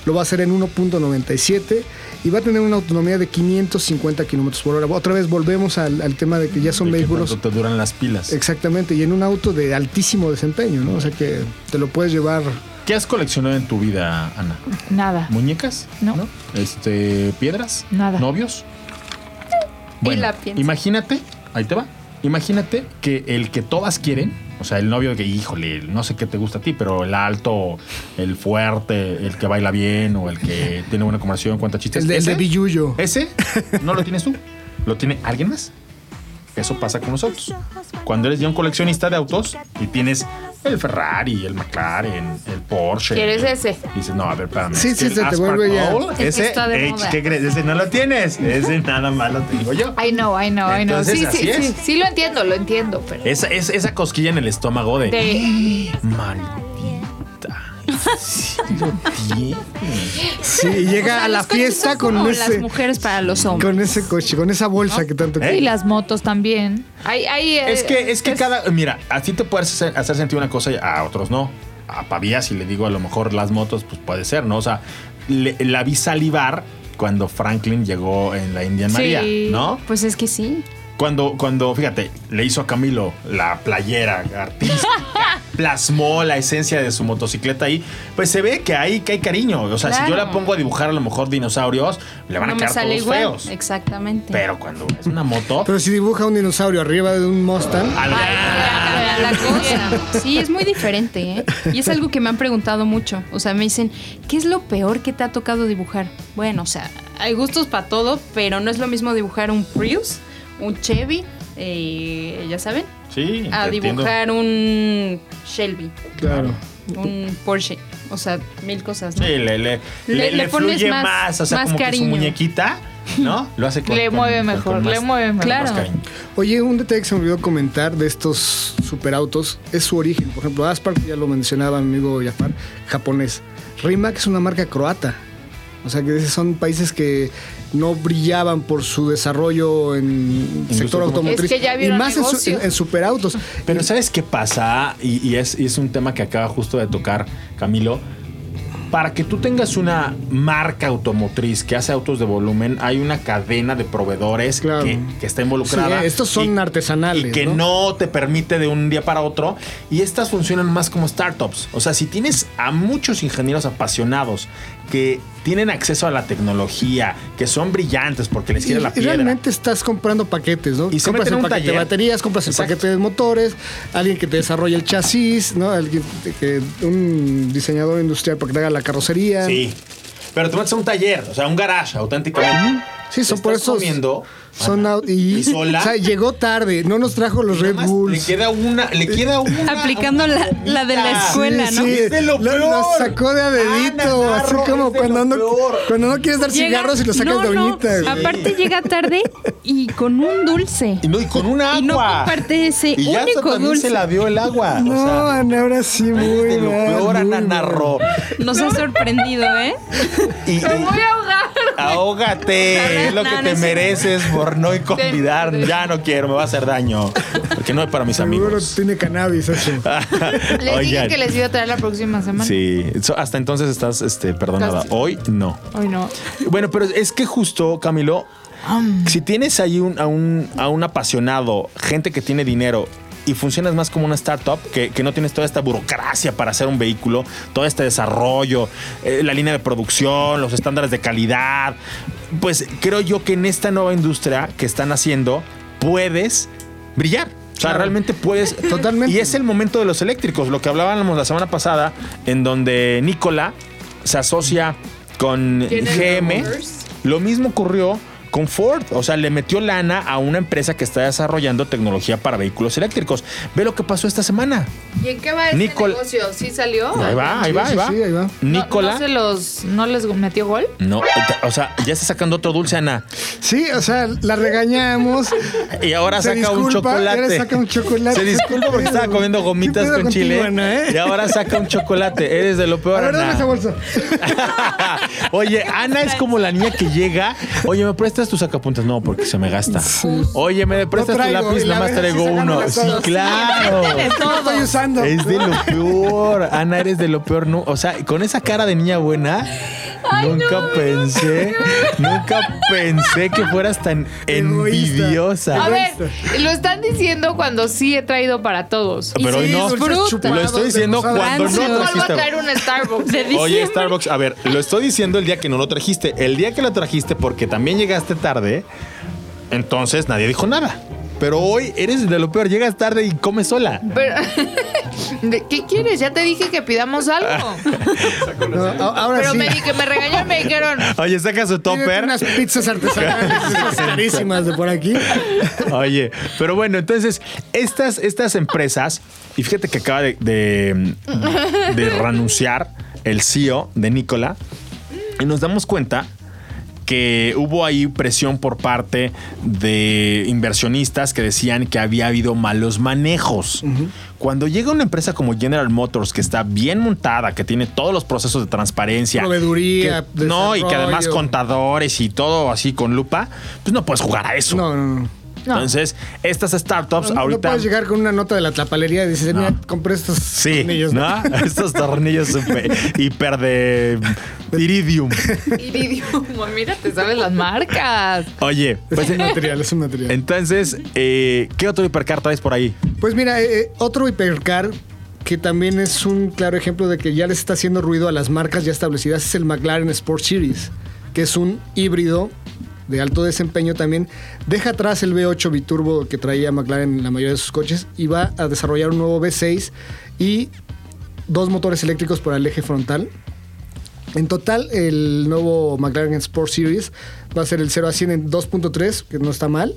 C: lo va a hacer en 1.97 y va a tener una autonomía de 550 kilómetros por hora. Otra vez volvemos al, al tema de que ya son
B: De que
C: vehículos
B: cuánto te duran las pilas.
C: Exactamente, y en un auto de altísimo desempeño, ¿no? O sea que te lo puedes llevar.
B: ¿Qué has coleccionado en tu vida, Ana?
D: Nada.
B: ¿Muñecas?
D: No.
B: Este, ¿Piedras?
D: Nada.
B: ¿Novios?
E: la piensa.
B: imagínate, ahí te va. Imagínate que el que todas quieren, o sea, el novio que, híjole, no sé qué te gusta a ti, pero el alto, el fuerte, el que baila bien o el que tiene buena conversación, cuánta chistes.
C: El de, el de
B: ¿Este ese-
C: Billuyo.
B: Ese no lo tienes tú, lo tiene alguien más. Eso pasa con nosotros. Cuando eres ya un coleccionista de autos y tienes el Ferrari, el McLaren, el Porsche.
D: ¿Quieres ese?
B: Dices, no, a ver, espérame.
C: Sí,
B: es
C: sí,
B: que el
C: se te
B: Aspar
C: vuelve ya.
B: Gold,
E: Es que
B: Ese,
E: está de
B: eh,
E: moda.
B: ¿qué crees? Ese no lo tienes. Ese nada malo te digo yo.
D: I know, I know, I know.
B: Entonces,
D: Sí,
B: así
D: sí,
B: es.
D: sí. Sí lo entiendo, lo entiendo, pero.
B: Esa, es- esa cosquilla en el estómago de.
D: De-
B: Maldita. Sí lo tienes.
C: Sí, y llega a la fiesta con
E: las
C: ese,
E: mujeres para los hombres.
C: con ese coche, con esa bolsa que tanto
B: ¿Eh?
D: Y las motos también. Hay, hay, eh,
B: Es que, es que cada. Mira, a ti te puedes hacer, hacer sentir una cosa y a otros no. A Pavía, si le digo a lo mejor las motos, pues puede ser, ¿no? O sea, le- la vi salivar cuando Franklin llegó en la Indian
D: Sí.
B: María, ¿no?
E: Pues es que sí.
B: Cuando, cuando, fíjate, le hizo a Camilo la playera artística, plasmó la esencia de su motocicleta ahí, pues se ve que ahí que hay cariño. O sea, si yo
E: Claro.
B: la pongo a dibujar a lo mejor dinosaurios, le van a
E: no me
B: quedar
E: sale
B: todos
E: igual.
B: feos.
E: Exactamente.
B: Pero cuando es una moto,
C: Pero si dibuja un dinosaurio arriba de un Mustang,
B: algo-
E: Ah, la cosa. Sí, es muy diferente, ¿eh? Y es algo que me han preguntado mucho. O sea, me dicen, ¿qué es lo peor que te ha tocado dibujar? Bueno, o sea, hay gustos para todo, pero no es lo mismo dibujar un Prius, un Chevy, eh, ya saben,
B: sí,
E: a
B: te entiendo.
E: dibujar un Shelby,
C: claro.
E: un Porsche. O sea, mil cosas, ¿no?
B: Sí, le, le,
E: Le-
B: le-
E: le
B: le
E: pones
B: fluye
E: más-
B: más, o sea,
E: más
B: como que su
E: cariño.
B: muñequita, ¿no? Lo hace con
D: Le
B: con-
D: mueve
B: con- con
D: mejor,
B: más-
D: le mueve mejor.
B: con más
E: Claro.
B: cariño.
C: Oye, un detalle que se me olvidó comentar de estos superautos es su origen. Por ejemplo, Aspar, ya lo mencionaba mi amigo Jafar, japonés. Rimac es una marca croata. O sea, que son países que no brillaban por su desarrollo en
B: Industria
C: sector automotriz.
D: automotriz. Es que ya vieron
C: y más en, su-
D: negocio.
C: en- en superautos.
B: Pero ¿sabes qué pasa? Y, y es, y es un tema que acaba justo de tocar Camilo. Para que tú tengas una marca automotriz que hace autos de volumen, hay una cadena de proveedores
C: Claro.
B: que, que está
C: Sí,
B: involucrada.
C: estos son
B: y-
C: artesanales.
B: y que ¿no? te permite de un día para otro. Y estas funcionan más como startups. O sea, si tienes a muchos ingenieros apasionados que tienen acceso a la tecnología, que son brillantes porque les
C: Y,
B: quiere la
C: y
B: piedra.
C: realmente estás comprando paquetes, ¿no?
B: Y se
C: compras
B: meten
C: el
B: en un
C: paquete de
B: taller.
C: baterías, compras el
B: Exacto.
C: paquete de motores, alguien que te desarrolle el chasis, ¿no? Alguien que- que- un diseñador industrial para que te haga la carrocería.
B: Sí. Pero te metes a un taller, o sea, un garage, auténticamente.
C: Sí, son
B: Te
C: por
B: estás
C: eso.
B: comiendo,
C: Son
B: Ana,
C: au- y,
B: y sola.
C: O sea, llegó tarde, no nos trajo los Red
B: Nada más
C: Bulls.
B: Le queda una, le queda una.
E: Aplicando la- la de la
B: gomita.
E: escuela. buena, ¿no?
B: Es de lo
C: lo,
B: peor.
C: lo sacó de a dedito,
B: Ana,
C: así
B: Narro,
C: como
B: es de
C: cuando
B: lo
C: no,
B: peor.
C: cuando no quieres dar
E: Llega-
C: cigarros y lo sacas
E: No,
C: de
E: no,
C: uñita. güey.
E: Aparte llega tarde y con un dulce.
B: Y no, y con un agua.
E: Y no comparte ese
B: Y ya hasta
E: único
B: también
E: dulce.
B: se la dio el agua.
C: no,
B: o sea,
C: Ana, ahora sí, muy
B: es de lo
C: mal,
B: peor,
C: muy
B: Ana
C: mal.
B: Narro.
E: Nos ha sorprendido, ¿eh?
B: Y, y-
D: Me voy a ahogar.
B: ahógate, es lo que
E: No, no
B: te
E: es cierto.
B: mereces por no ir convidar. Ya no quiero, me va a hacer daño. Porque no es para mis
C: Seguro
B: amigos.
C: tiene cannabis eso.
D: Les dije
B: Oigan.
D: que les iba a traer la próxima semana.
B: Sí, so- hasta entonces estás este, perdonada.
D: Estás-
B: Hoy no.
D: Hoy no.
B: Bueno, pero es que justo, Camilo, si tienes ahí un- a, un, a un apasionado, gente que tiene dinero y funcionas más como una startup, que, que no tienes toda esta burocracia para hacer un vehículo, todo este desarrollo, eh, la línea de producción, los estándares de calidad, pues creo yo que en esta nueva industria que están haciendo, puedes brillar. O sea,
C: Claro.
B: realmente puedes.
C: Totalmente.
B: Y es el momento de los eléctricos, lo que hablábamos la semana pasada, en donde Nicola se asocia con
D: General
B: GM.
D: Motors.
B: Lo mismo ocurrió con Ford, o sea, le metió lana a una empresa que está desarrollando tecnología para vehículos eléctricos. Ve lo que pasó esta semana.
D: ¿Y en qué va este
B: Nicol-
D: negocio? ¿Sí salió?
B: Ahí va, ahí
C: Oh, sí,
B: va,
C: sí,
B: ahí va.
C: sí, ahí va.
D: No-
B: Nicola.
D: No, se los, ¿No les metió gol?
B: No, o sea, ya está sacando otro dulce, Ana.
C: Sí, o sea, la regañamos.
B: Y ahora
C: Se
B: saca un
C: disculpa,
B: chocolate.
C: ahora saca un chocolate.
B: Se disculpa porque estaba comiendo
C: ¿Qué
B: gomitas
C: pedo
B: con
C: contigo,
B: chile.
C: Ana, eh?
B: Y ahora saca un chocolate. Eres de lo peor.
C: A ver,
B: Ana.
C: dame esa bolsa.
B: Oye, Ana es como la niña que llega. Oye, me presta prestas tu sacapuntas? No, porque se me gasta. Oye, ¿me prestas
C: No traigo,
B: tu este lápiz?
C: y la
B: Nada más
C: verdad,
B: traigo
C: sí sacando
B: uno.
C: las
B: Sí,
C: cosas.
B: claro.
C: No estoy usando.
B: Es de lo peor. Ana, eres de lo peor. No, o sea, con esa cara de niña buena, nunca pensé, nunca pensé que fueras tan
C: Egoísta.
B: envidiosa.
D: A ver, lo están diciendo cuando sí he traído para todos.
B: Pero
E: Y
B: hoy
E: sí,
B: no.
E: dulces chupados
B: Lo estoy
C: de
B: diciendo
C: posada.
B: cuando
E: Rancio.
B: no
D: Vuelvo a
B: trajiste.
D: traer un Starbucks.
B: Oye, Starbucks, a ver, lo estoy diciendo el día que no lo trajiste. El día que lo trajiste, porque también llegaste tarde, entonces nadie dijo nada. Pero hoy eres de lo peor, llegas tarde y comes sola.
D: Pero, ¿de ¿Qué quieres? Ya te dije que pidamos algo.
B: Ah,
C: No, a- ahora
D: Pero
C: sí.
D: me di que me regañaron, me dijeron,
B: Oye, saca su
C: Tiene
B: topper.
C: unas pizzas artesanales esas carísimas de por aquí.
B: Oye, pero bueno, entonces, estas, estas empresas, y fíjate que acaba de, de, de renunciar el CEO de Nicola, y nos damos cuenta que hubo ahí presión por parte de inversionistas que decían que había habido malos manejos. Cuando llega una empresa como General Motors, que está bien montada, que tiene todos los procesos de transparencia,
C: Proveeduría,
B: que- no, y que además
C: desarrollo.
B: contadores y todo así con lupa, pues no puedes jugar a eso.
C: No, no, no.
B: Entonces, estas startups
C: No, no
B: Pues ahorita.
C: puedes llegar con una nota de la tapalería y dices, mira, compré estos
B: sí,
C: tornillos.
B: ¿no? Estos tornillos super- hiper de iridium.
D: Iridium, mira, te sabes las marcas.
B: Oye, pues
C: Es un material, es un material.
B: entonces, eh, ¿qué otro hipercar traes por ahí?
C: Pues mira, eh, eh, otro hipercar que también es un claro ejemplo de que ya les está haciendo ruido a las marcas ya establecidas es el McLaren Sport Series, que es un híbrido de alto desempeño también. Deja atrás el V8 biturbo que traía McLaren en la mayoría de sus coches y va a desarrollar un nuevo V6 y dos motores eléctricos para el eje frontal. En total, el nuevo McLaren Sport Series va a ser el 0 a 100 en 2.3, que no está mal.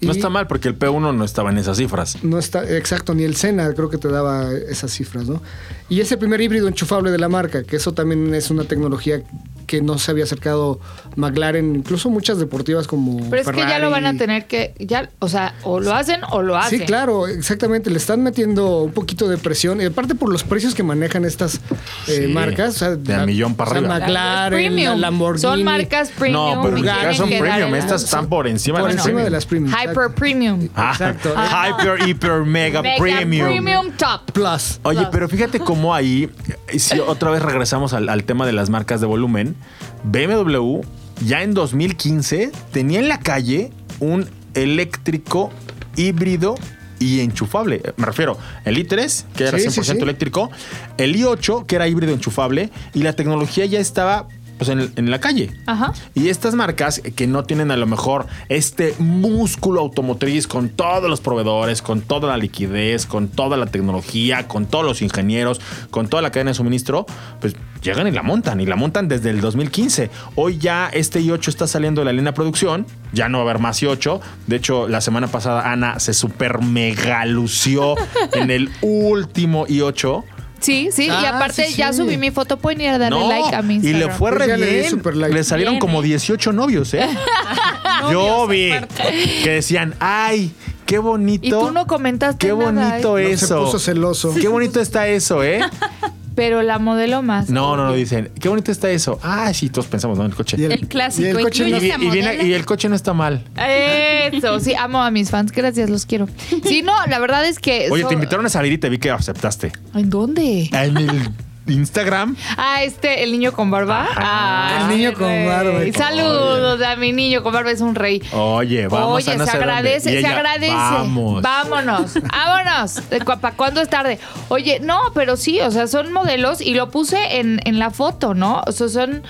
B: No
C: Y-
B: está mal porque el P1 no estaba en esas cifras.
C: no está exacto, ni el Sena creo que te daba esas cifras, ¿no? Y es el primer híbrido enchufable de la marca, que eso también es una tecnología que no se había acercado McLaren, incluso muchas deportivas como
D: Pero es que ya lo van a
C: Ferrari.
D: tener que, ya, o sea, o lo hacen o lo hacen.
C: Sí, claro, exactamente. Le están metiendo un poquito de presión. Y aparte por los precios que manejan estas eh,
B: Sí,
C: marcas. O sea,
B: de a millón para
C: o sea,
B: arriba.
C: McLaren,
D: Premium.
C: la Lamborghini.
D: Son marcas premium.
B: No, pero
D: y
B: ni siquiera
D: tienen
B: son
D: que
B: premium.
D: dar-
B: Estas están por encima,
C: Por
B: de,
C: encima
B: premium.
C: de las premium.
D: Hyper
C: exacto.
D: premium.
B: Ah,
C: Exacto.
B: Hyper, hiper, mega,
D: Mega
B: premium.
D: premium top.
C: Plus.
B: Oye, pero fíjate cómo ahí, eh, si otra vez regresamos al, al tema de las marcas de volumen, BMW ya en 2015 tenía en la calle un eléctrico híbrido y enchufable. Eh, Me refiero, el i3, que era
C: Sí,
B: 100%
C: sí, sí.
B: eléctrico, el i8, que era híbrido enchufable, y la tecnología ya estaba pues, en, en la calle.
D: Ajá.
B: Y estas marcas que no tienen a lo mejor este músculo automotriz con todos los proveedores, con toda la liquidez, con toda la tecnología, con todos los ingenieros, con toda la cadena de suministro, pues llegan y la montan y la montan desde el 2015. Hoy ya este i8 está saliendo de la línea de producción, ya no va a haber más i8. De hecho, la semana pasada Ana se super mega lució en el último i8.
D: Sí, sí. y
C: Ah,
D: aparte
C: sí, sí.
D: ya subí mi foto. Pueden ir a darle
B: No,
D: like a mi
B: Y le
D: Instagram.
B: fue re
C: Pues ya le di
B: bien.
C: super
B: Le,
C: like.
B: salieron
E: Bien,
B: como 18 novios, ¿eh? Yo vi que decían, ay, qué bonito.
D: Y tú no comentaste
B: Qué
D: nada,
B: bonito
D: ¿eh?
C: No, se
B: eso.
C: puso celoso.
B: Qué bonito está eso, ¿eh?
D: Pero la modelo más.
B: No, no, no, dicen, qué bonito está eso. Ah, sí, todos pensamos, ¿no? El coche.
C: Y
B: Y,
E: El clásico,
C: y el coche
E: incluye
B: vi-
E: esa
B: y viene-
E: modelo.
B: y el coche no está mal.
D: Eso, sí, amo a mis fans, gracias, los quiero. Sí, no, la verdad es que.
B: Oye,
D: so-
B: te invitaron a salir y te vi que aceptaste.
D: ¿En dónde?
B: En el Instagram.
D: Ah, este, el niño con barba.
B: Ajá.
D: Ah,
C: El niño con
D: rey.
C: barba.
D: Saludos a mi niño con barba, es un rey.
B: Oye, vamos
D: Oye,
B: a no
D: se
B: sé dónde.
D: agradece,
B: Y
D: se
B: ella,
D: agradece.
B: Vamos.
D: Vámonos, vámonos. De cu- ¿Para cuándo es tarde? Oye, no, pero sí, o sea, son modelos y lo puse en, en la foto, ¿no? O sea, son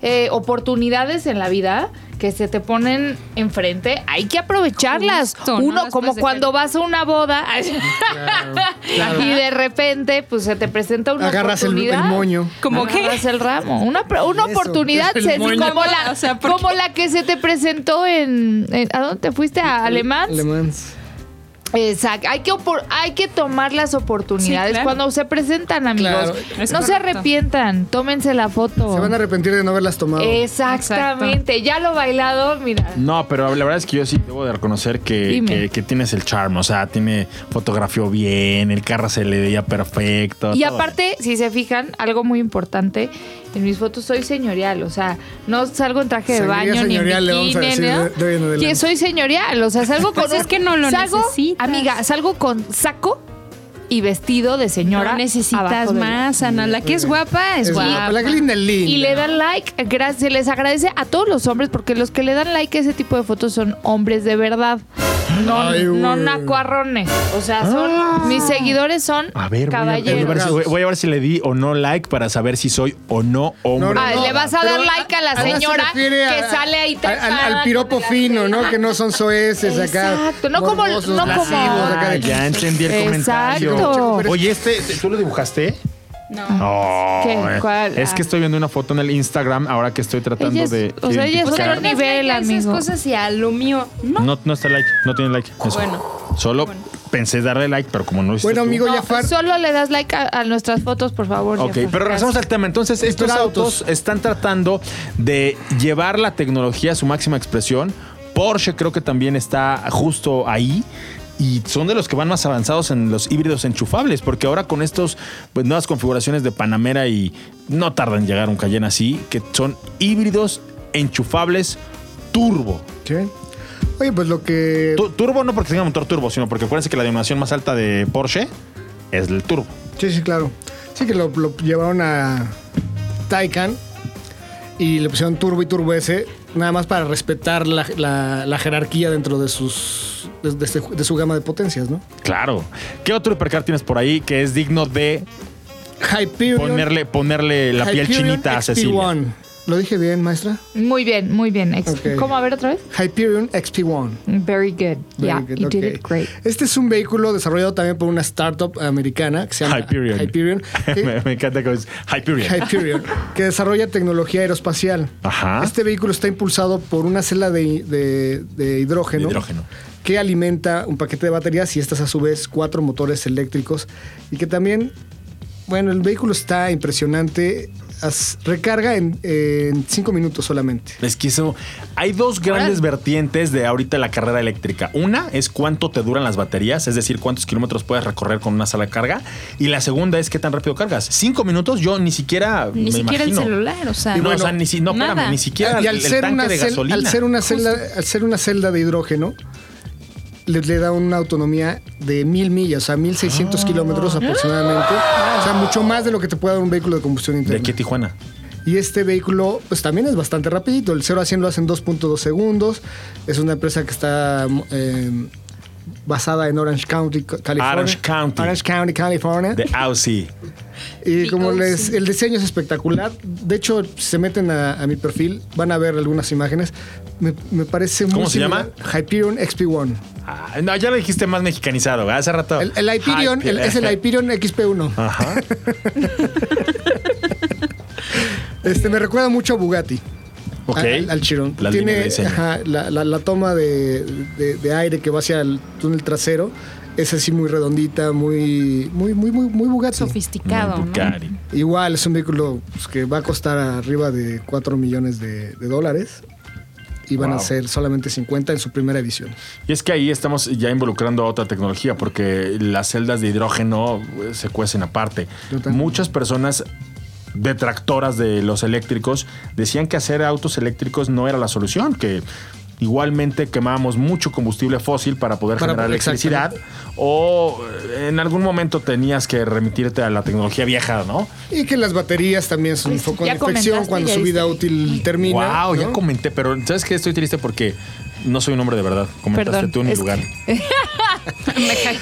D: eh, oportunidades en la vida que se te ponen enfrente. Hay que aprovecharlas.
E: Justo, no
D: Uno,
E: las
D: como
E: puedes dejar.
D: cuando vas a una boda y de repente, pues se te presenta una
C: Agarras el,
D: oportunidad.
C: el moño.
E: ¿Cómo qué?
D: Agarras el ramo. Una, pro- una
C: Eso,
D: oportunidad,
C: el
D: Ceci,
C: moño.
D: como, la,
E: O sea, ¿por
D: como la que se te presentó en... en- ¿A dónde te fuiste? ¿A Alemán?
C: Alemán.
D: Exacto. Hay que, opor- hay que tomar las oportunidades
E: Sí, claro.
D: cuando se presentan, amigos.
C: Claro.
D: No
E: Es
D: se
E: correcto.
D: arrepientan. Tómense la foto.
C: Se van a arrepentir de no haberlas tomado.
D: Exactamente. Ya lo bailado, mira.
B: No, pero la verdad es que yo sí debo de reconocer que,
D: Dime.
B: que, que tienes el charm. O sea, tiene fotografió bien, el carro se le veía perfecto.
D: Y
B: todo ¿eh?
D: aparte, si se fijan, algo muy importante en mis fotos soy señorial, o sea, no salgo en traje de
C: Sangría
D: baño
C: señorial, le
D: ni en
C: vamos a
D: bikini,
C: decir
D: ¿no?
C: de- de hoy en adelante.
D: Que soy señorial, o sea, salgo con
E: Pues es
D: un-
E: que no lo
D: salgo,
E: necesitas.
D: Amiga, salgo con saco y vestido de señora.
E: No necesitas
D: abajo del-
E: más, Ana. La que es guapa es, guapa.
C: La que linda es linda.
D: Y le dan like, gracias, les agradece a todos los hombres porque los que le dan like a ese tipo de fotos son hombres de verdad, no,
C: Ay, güey.
D: no nacuarrones. O sea, son
E: Ah.
D: mis seguidores son
B: A ver, voy a, voy, a ver
D: caballeros.
B: si, voy a ver si le di o no like para saber si soy o no hombre.
D: Ah, le vas a
C: pero
D: dar like a la
C: Ana se
D: señora
C: refiere
D: que sale ahí
C: al- Al,
D: trepada
C: piropo
D: con la
C: fino, ¿no?
D: tela.
C: Que no son soeces acá.
D: Exacto, no como-
C: morbosos,
D: no como-
C: lascivos, acá
B: Ah,
C: de-
B: ya entendí el
D: Exacto.
B: comentario. Oye, este, ¿tú lo dibujaste?
E: No.
B: No.
D: ¿Qué?
B: eh.
D: ¿Cuál?
B: Es
D: Ah.
B: que estoy viendo una foto en el Instagram ahora que estoy tratando
D: Ella es-
B: de.
D: o sea, ella es
B: identificar.
D: otro nivel. Nivel,
E: a esas
D: amigo.
E: cosas y a lo mío. No.
B: No, no está like, no tiene like. Eso.
E: Bueno.
B: Solo
E: Bueno.
B: pensé darle like, pero como no lo hiciste
C: Bueno,
B: tú.
C: amigo
D: No,
C: Jafar,
D: solo le das like a, a nuestras fotos, por favor.
B: Ok,
D: Jafar.
B: pero regresamos al tema. Entonces, estos
C: Estos
B: autos,
C: autos.
B: están tratando de llevar la tecnología a su máxima expresión. Porsche creo que también está justo ahí. Y son de los que van más avanzados en los híbridos enchufables, porque ahora con estos pues, nuevas configuraciones de Panamera y no tardan en llegar un Cayenne así, que son híbridos enchufables turbo.
C: Sí. Oye, pues lo que.
B: Tu- turbo no porque tenga motor turbo, sino porque acuérdense que la dimensión más alta de Porsche es el turbo.
C: Sí, sí, claro. Sí, que lo, lo llevaron a Taycan y le pusieron Turbo y Turbo S, nada más para respetar la, la- la jerarquía dentro de sus. de- de este- de su gama de potencias, ¿no?
B: Claro. ¿Qué otro hipercar tienes por ahí que es digno de
C: Hyperion.
B: ponerle, ponerle la piel
C: Hyperion
B: chinita a Cecilia.
C: XP1. ¿Lo dije bien, maestra?
D: Muy bien, muy bien. ex-
C: Ok.
D: ¿Cómo? A ver otra vez.
C: Hyperion XP1.
D: Very good.
C: Very
D: yeah,
C: good,
D: you did
C: ok.
D: it great.
C: Este es un vehículo desarrollado también por una startup americana que se llama
B: Hyperion.
C: Hyperion,
B: me,
C: que,
B: me encanta que es Hyperion.
C: Hyperion, que desarrolla tecnología aeroespacial.
B: Ajá.
C: Este vehículo está impulsado por una celda de, de- de hidrógeno,
B: De hidrógeno.
C: que alimenta un paquete de baterías y estas a su vez cuatro motores eléctricos y que también, bueno, el vehículo está impresionante. As- recarga en, en cinco minutos solamente.
B: Es que eso. Hay dos grandes vertientes de ahorita la carrera eléctrica. Una es cuánto te duran las baterías, es decir, cuántos kilómetros puedes recorrer con una sola carga. Y la segunda es qué tan rápido cargas. Cinco minutos, yo ni siquiera.
E: Ni
B: me
E: siquiera
B: imagino.
E: el celular, o sea.
B: No,
C: bueno,
B: o sea, ni, si- no,
E: nada.
B: espérame, ni siquiera
C: y al
B: el,
C: ser,
B: tanque
C: una
B: de
C: cel-
B: gasolina.
C: al ser una celda, al ser una celda de hidrógeno, le, le da una autonomía de mil millas, o sea,
B: Ah.
C: 1600 kilómetros aproximadamente. O sea, mucho más de lo que te puede dar un vehículo de combustión
B: de
C: interna.
B: aquí a Tijuana.
C: Y este vehículo, pues también es bastante rapidito. El 0 a 100 lo hace en 2.2 segundos. Es una empresa que está eh, basada en Orange County, Ca- California.
B: Orange County.
C: Orange County, California.
B: De ah, Aussie.
C: y como
E: Oh,
C: les,
E: sí.
C: el diseño es espectacular. De hecho, si se meten a, a mi perfil, van a ver algunas imágenes. Me, me parece muy
B: ¿Cómo se
C: similar. Hyperion XP1.
B: Ah, no, ya lo dijiste más mexicanizado. ¿verdad? Hace rato.
C: El, el Hyperion, el- es el Hyperion XP1.
B: Ajá.
C: Este me recuerda mucho a Bugatti.
B: Ok.
C: a- Al, al Chiron.
B: La línea de
C: Tiene
B: diseño.
C: ajá, la, la- la toma de, de- de aire que va hacia el túnel trasero. Es así muy redondita, muy, muy, muy, muy, muy Bugatti.
E: Sofisticado, ¿no?
B: Ducati.
C: Igual es un vehículo pues, que va a costar arriba de 4 millones de, de dólares. Y van a
B: Wow.
C: ser solamente 50 en su primera edición.
B: Y es que ahí estamos ya involucrando a otra tecnología, porque las celdas de hidrógeno eh, se cuecen aparte.
C: Totalmente.
B: Muchas personas detractoras de los eléctricos decían que hacer autos eléctricos no era la solución, que igualmente quemábamos mucho combustible fósil para poder
C: Para-
B: generar electricidad o eh, en algún momento tenías que remitirte a la tecnología vieja, ¿no?
C: Y que las baterías también son un
D: Pues,
C: foco de
D: ya
C: infección
D: comentaste,
C: cuando
D: ya
C: su vida
D: diste.
C: útil termina.
B: wow,
C: ¿no?
B: ya comenté, pero ¿sabes qué? Estoy triste porque no soy un hombre de verdad. Comentaste
D: Perdón,
B: tú en mi
D: es que-
B: lugar.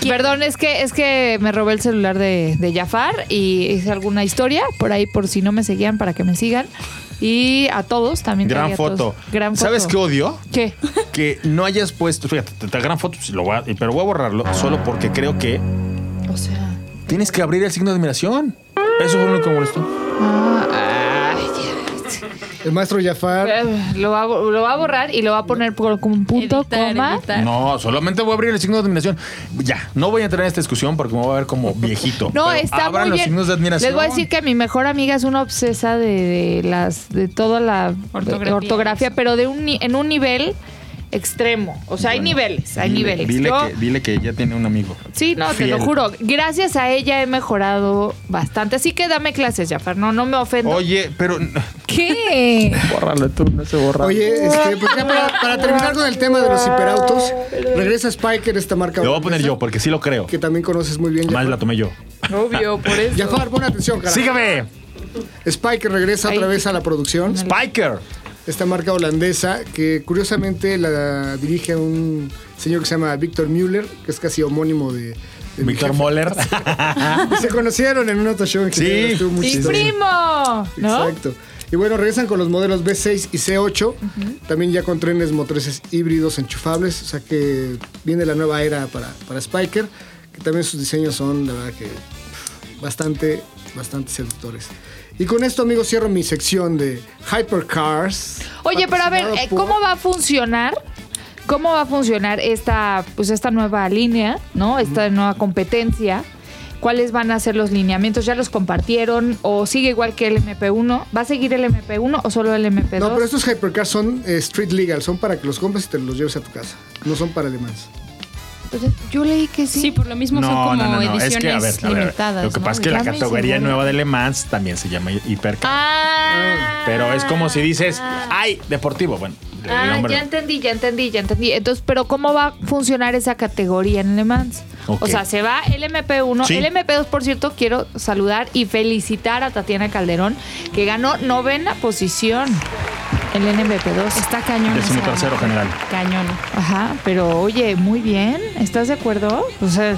D: Perdón, es que es que me robé el celular de, de Jafar y hice alguna historia por ahí por si no me seguían para que me sigan. Y a todos también.
B: Gran
D: traía a todos.
B: foto.
D: Gran foto.
B: ¿Sabes qué odio?
D: ¿Qué?
B: que no hayas puesto. Fíjate, te- te gran foto, pues, lo voy a- pero voy a borrarlo solo porque creo que
D: O sea.
B: tienes que abrir el signo de admiración. Eso fue lo único que me molestó.
D: ah, ay,
C: El maestro Jafar.
D: ya. Eh, Lo va, a bo- lo va a borrar y lo va a poner por, como un punto,
E: Editar,
D: coma.
E: editar.
B: No, solamente voy a abrir el signo de admiración. Ya, no voy a entrar en esta discusión porque me voy a ver como viejito.
D: No,
B: Pero
D: está
B: abran
D: muy
B: los
D: bien.
B: signos de admiración.
D: Les voy a decir que mi mejor amiga es una obsesa de, de las de toda la
E: Ortografía.
D: ortografía, pero de un ni- en un nivel extremo. O sea, hay
F: Bueno,
D: niveles, hay
F: dile-
D: niveles.
F: Dile,
D: Yo-
F: que, dile que ya tiene un amigo.
D: Sí, no, te
F: Fiel.
D: lo juro. Gracias a ella he mejorado bastante. Así que dame clases, Jafar. No, no me ofendo.
F: Oye, pero.
D: ¿Qué?
F: Bórralo tú, no se borra.
C: Oye, este, pues ya para, para terminar con el tema de los hiperautos, regresa Spiker, esta marca.
B: Lo voy a poner
C: holandesa,
B: yo porque sí lo creo.
C: Que también conoces muy bien.
B: Más
C: Jafar.
B: la tomé yo.
D: Obvio, por eso.
C: Jafar, pon atención, cara.
B: Sígame,
C: Spiker regresa otra
D: Ay.
C: vez a la producción.
B: Spiker.
C: Esta marca holandesa que curiosamente la dirige un señor que se llama Victor Müller, que es casi homónimo de. de mi
B: Víctor
C: jefe. Ah,
B: Moller.
D: Pues
C: Se conocieron en un auto show en
B: Sí.
C: Quintana, estuvo muy
D: ¡Mi
C: chistoso.
D: primo! ¿No?
C: Exacto. Y bueno, regresan con los modelos B6 y C8, también ya con trenes motrices híbridos enchufables, o sea que viene la nueva era para, para Spiker, que también sus diseños son, la verdad que pff, bastante, bastante seductores. Y con esto, amigos, cierro mi sección de Hypercars.
D: Oye, pero a ver,
C: patrocinado
D: eh,
C: por-
D: ¿cómo va a funcionar? ¿Cómo va a funcionar esta, pues esta nueva línea, ¿no? Esta nueva competencia. ¿Cuáles van a ser los lineamientos? ¿Ya los compartieron? ¿O sigue igual que el MP1? ¿Va a seguir el MP1 o solo el MP2?
C: No, pero estos Hypercars son eh, street legal, son para que los compres y te los lleves a tu casa, no son para alemanes.
D: Pues, Yo leí que sí.
E: Sí, pues. por lo mismo son como ediciones limitadas.
B: Lo que
E: ¿no?
B: pasa es que la
D: Dame
B: categoría
D: seguro.
B: nueva de Le Mans también se llama hipercar.
D: Ah.
B: Pero es como si dices, ay, deportivo. Bueno, el
D: Ah,
B: nombre-
D: ya entendí, ya entendí, ya entendí. Entonces, pero ¿cómo va a funcionar esa categoría en Le Mans?
B: Ok.
D: O sea, se va el MP1.
B: Sí.
D: El MP2, por cierto, quiero saludar y felicitar a Tatiana Calderón, que ganó novena posición en el MP2.
E: Está cañón.
B: Décimo
E: esa-
B: tercero general.
E: Cañón.
D: Ajá, pero oye, muy bien. ¿Estás de acuerdo? O sea,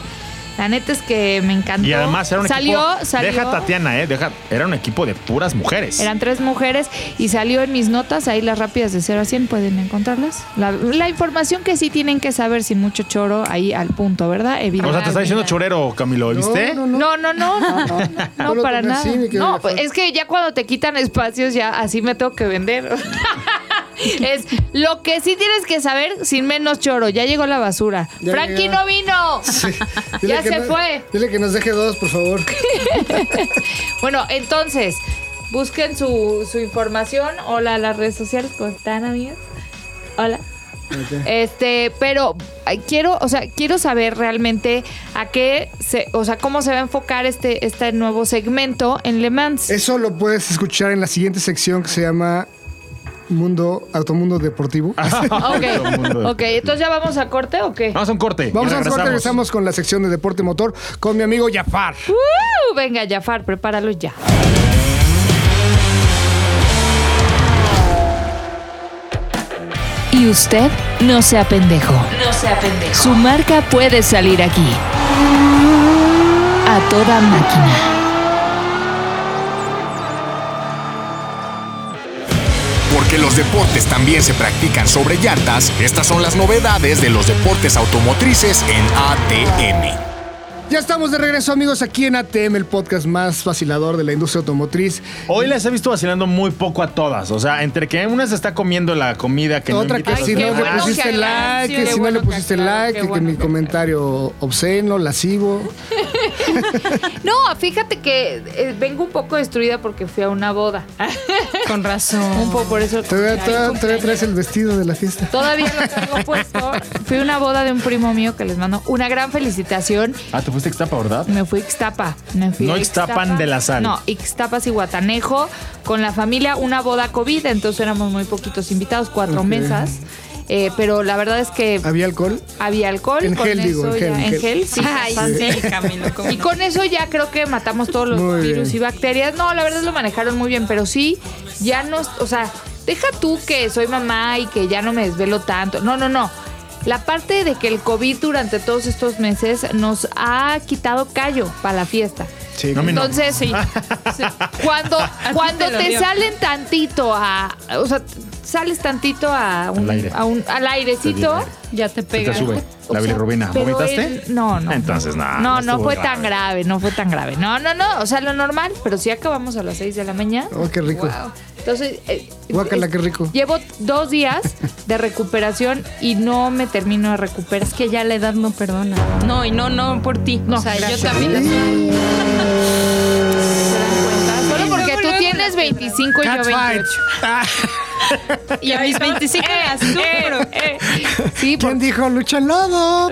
D: la neta es que me encantó.
B: Y además era un
D: salió,
B: equipo.
D: Salió,
B: Deja Tatiana, ¿eh? Deja, era un equipo de puras mujeres.
D: Eran tres mujeres y salió en mis notas, ahí las rápidas de 0 a 100 pueden encontrarlas. La, la información que sí tienen que saber sin mucho choro, ahí al punto, ¿verdad? Evidente.
B: o sea, te está diciendo chorero, Camilo, ¿viste?
C: No, no, no.
D: No, no, no, no, no,
C: No
D: no,
C: lo
D: para
C: tomes
D: nada.
C: así, mi querida
D: No, pues,
C: Fran.
D: es que ya cuando te quitan espacios, ya así me tengo que vender. es lo que sí tienes que saber sin menos choro. Ya llegó la basura.
C: Ya
D: Frankie
C: llegó.
D: no vino.
C: Sí. Dile
D: Ya
C: que
D: se
C: no-
D: fue.
C: Dile que nos deje dos, por favor.
D: Bueno, entonces, busquen su, su información. Hola, las redes sociales, ¿cómo están, amigas? Hola. Este, pero ay, quiero, o sea, quiero saber realmente a qué se, o sea, cómo se va a enfocar este, este nuevo segmento en Le Mans.
C: Eso lo puedes escuchar en la siguiente sección que se llama Mundo Automundo Deportivo.
D: Ok, ok, entonces ya vamos a corte o qué?
B: Vamos a un corte. y
C: Vamos a un corte, regresamos con la sección de deporte motor con mi amigo Jafar.
D: ¡Uh! venga, Jafar, prepáralo ya.
G: Y usted no sea pendejo. No sea pendejo. Su marca puede salir aquí. A toda máquina.
A: Porque los deportes también se practican sobre llantas, estas son las novedades de los deportes automotrices en ATM.
C: Ya estamos de regreso, amigos, aquí en ATM, el podcast más vacilador de la industria automotriz.
B: Hoy las he visto vacilando muy poco a todas. O sea, entre que una se está comiendo la comida que
C: Otra
B: no
C: que
B: invita a
C: si
B: los
C: no
D: qué
C: le
B: demás.
D: bueno
C: pusiste
D: que
C: like, que
D: aclaraste, qué
C: si no le
D: bueno que
C: pusiste
D: aclaraste,
C: like,
D: qué
C: que
D: bueno
C: mi
D: que
C: comentario obsceno, lascivo.
D: No, fíjate que eh, vengo un poco destruida porque fui a una boda.
E: Con razón.
D: un poco por eso.
C: Todavía, todavía- todavía traes el vestido de la fiesta.
D: Todavía lo traigo puesto. Fui a una boda de un primo mío que les mando una gran felicitación.
B: Ah, te fuiste Xtapa, ¿verdad?
D: Me fui a Ixtapa. Me fui
B: No
D: a
B: Ixtapan de la Sal.
D: No, Ixtapas y Guatanejo. Con la familia, una boda COVID. Entonces éramos muy poquitos invitados, cuatro
C: Ok.
D: mesas. Eh, pero la verdad es que
C: ¿Había alcohol?
D: había alcohol.
C: En
D: con
C: gel,
D: eso
C: digo, en
D: ya-
C: gel, en
D: en
C: gel.
D: gel, sí.
E: Ay,
D: bastante.
E: sí, Camilo. ¿cómo
D: Y
E: no?
D: con eso ya creo que matamos todos los
C: Muy
D: virus
C: bien.
D: y bacterias. No, la verdad lo manejaron muy bien, pero sí, ya no, o sea, deja tú que soy mamá y que ya no me desvelo tanto. No, no, no. La parte de que el COVID durante todos estos meses nos ha quitado callo para la fiesta.
C: Sí.
B: No, mi no.
D: Entonces, sí. cuando
E: ti
D: cuando
E: te lo
D: te,
E: dio.
D: salen tantito a, o sea, sales tantito a un,
B: Al aire.
D: a un- al airecito,
B: aire.
E: Ya
B: Se
E: te pega.
B: te sube
D: o
B: la
D: sea,
B: bilirrubina.
D: pero
B: ¿Vomitaste?
D: él- no, no.
B: Entonces, no.
D: no. No, no
B: estuvo
D: fue tan grave, no fue tan grave. No, no, no. O sea, lo normal, pero sí acabamos a las 6 de la mañana.
C: Oh, qué rico.
D: Wow. Entonces, eh,
C: Guácala,
D: es-
C: qué rico.
D: llevo dos días de recuperación y no me termino de recuperar.
E: Es que ya la edad no perdona. No, y no, no por ti. o sea, yo también.
D: Solo porque
E: Luego,
D: tú
E: luego
D: tienes
E: la
D: 25 y yo
C: Catfight.
D: 28.
E: Y a mis 25 las compro.
D: Sí, por-
C: ¿Quién dijo lucha en lodo?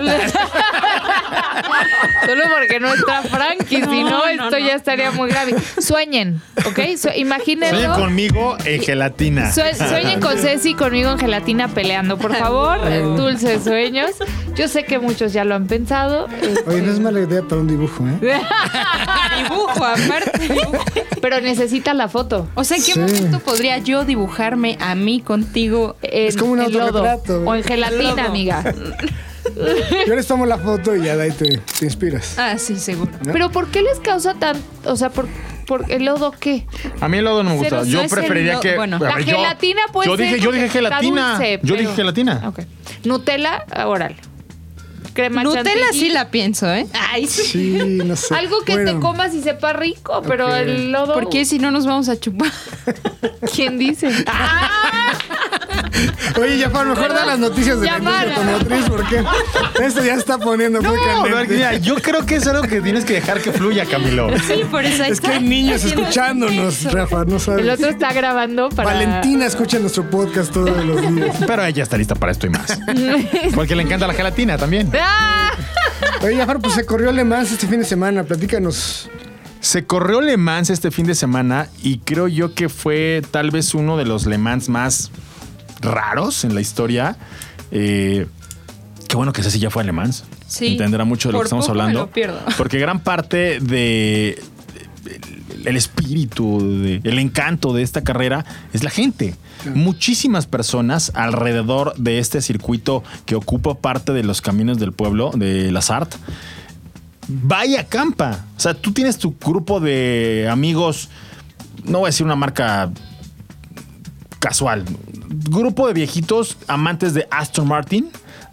D: solo porque no está Frankie, si no,
E: No, no,
D: esto
E: no.
D: ya estaría muy grave. Sueñen, ¿ok? Su-
H: Sueñen
D: imagínenlo.
H: conmigo en gelatina.
D: Sue- sueñen con Ceci y conmigo en gelatina peleando, por favor. Dulces sueños. Yo sé que muchos ya lo han pensado.
C: Oye, no es mala idea para un dibujo, ¿eh?
D: este,
E: Dibujo, aparte.
D: Pero necesita la foto.
E: O sea, ¿en qué
C: Sí.
E: momento podría yo dibujarme a mí contigo? Eh,
D: En,
C: Es como un
D: en lodo
C: autorretrato.
D: o en gelatina,
E: Lodo.
D: amiga.
C: Yo les tomo la foto y ya de ahí te, te inspiras.
E: Ah, sí, seguro.
D: Pero ¿por qué les causa tan, o sea, por, por el lodo qué?
B: A mí el lodo no me
E: Cero,
B: gusta.
E: no
B: Yo
E: es
B: preferiría
E: el
B: que.
E: lo- bueno.
B: a
D: La
B: ver, yo-
D: gelatina puede
B: yo
D: ser
B: Dije, yo
D: porque
B: dije
D: está
B: gelatina.
D: dulce,
B: yo dije
D: pero-
B: gelatina.
D: Ok. Nutella, ah, órale. Crema
E: Nutella
D: chantilly.
E: sí la pienso, ¿eh?
D: Ay, sí.
C: Sí, no sé.
D: Algo que
C: Bueno,
D: te comas y sepa rico, pero
C: Ok.
D: el lodo.
E: Porque si no nos vamos a chupar.
D: ¿Quién dice? Ah.
C: Oye, ya para mejor da las noticias de la
D: Ya
C: industria
D: para.
C: automotriz porque esto ya está poniendo muy
H: No, a ver,
C: caliente.
H: mira, yo creo que es algo que tienes que dejar que fluya, Camilo.
E: Sí, por eso ahí
C: Es que hay niños escuchándonos, Rafa, no sabes.
D: El otro está grabando para.
C: Valentina escucha nuestro podcast todos los días.
H: Pero ella está lista para esto y más. Porque le encanta la gelatina también.
D: ¡Ah!
C: Oye, Jafar, pues se corrió Le Mans este fin de semana. Platícanos.
B: Se corrió Le Mans este fin de semana y creo yo que fue tal vez uno de los Le Mans más raros en la historia. Eh, qué bueno que ese sí ya fue a Le Mans.
E: Sí.
B: Entenderá mucho de lo
E: Por
B: que estamos
E: poco me
B: hablando.
E: lo pierdo.
B: Porque gran parte de el espíritu, de- el encanto de esta carrera es la gente. Muchísimas personas alrededor de este circuito que ocupa parte de los caminos del pueblo de la Sart. Vaya campa. O sea, tú tienes tu grupo de amigos, no voy a decir una marca casual. Grupo de viejitos amantes de Aston Martin,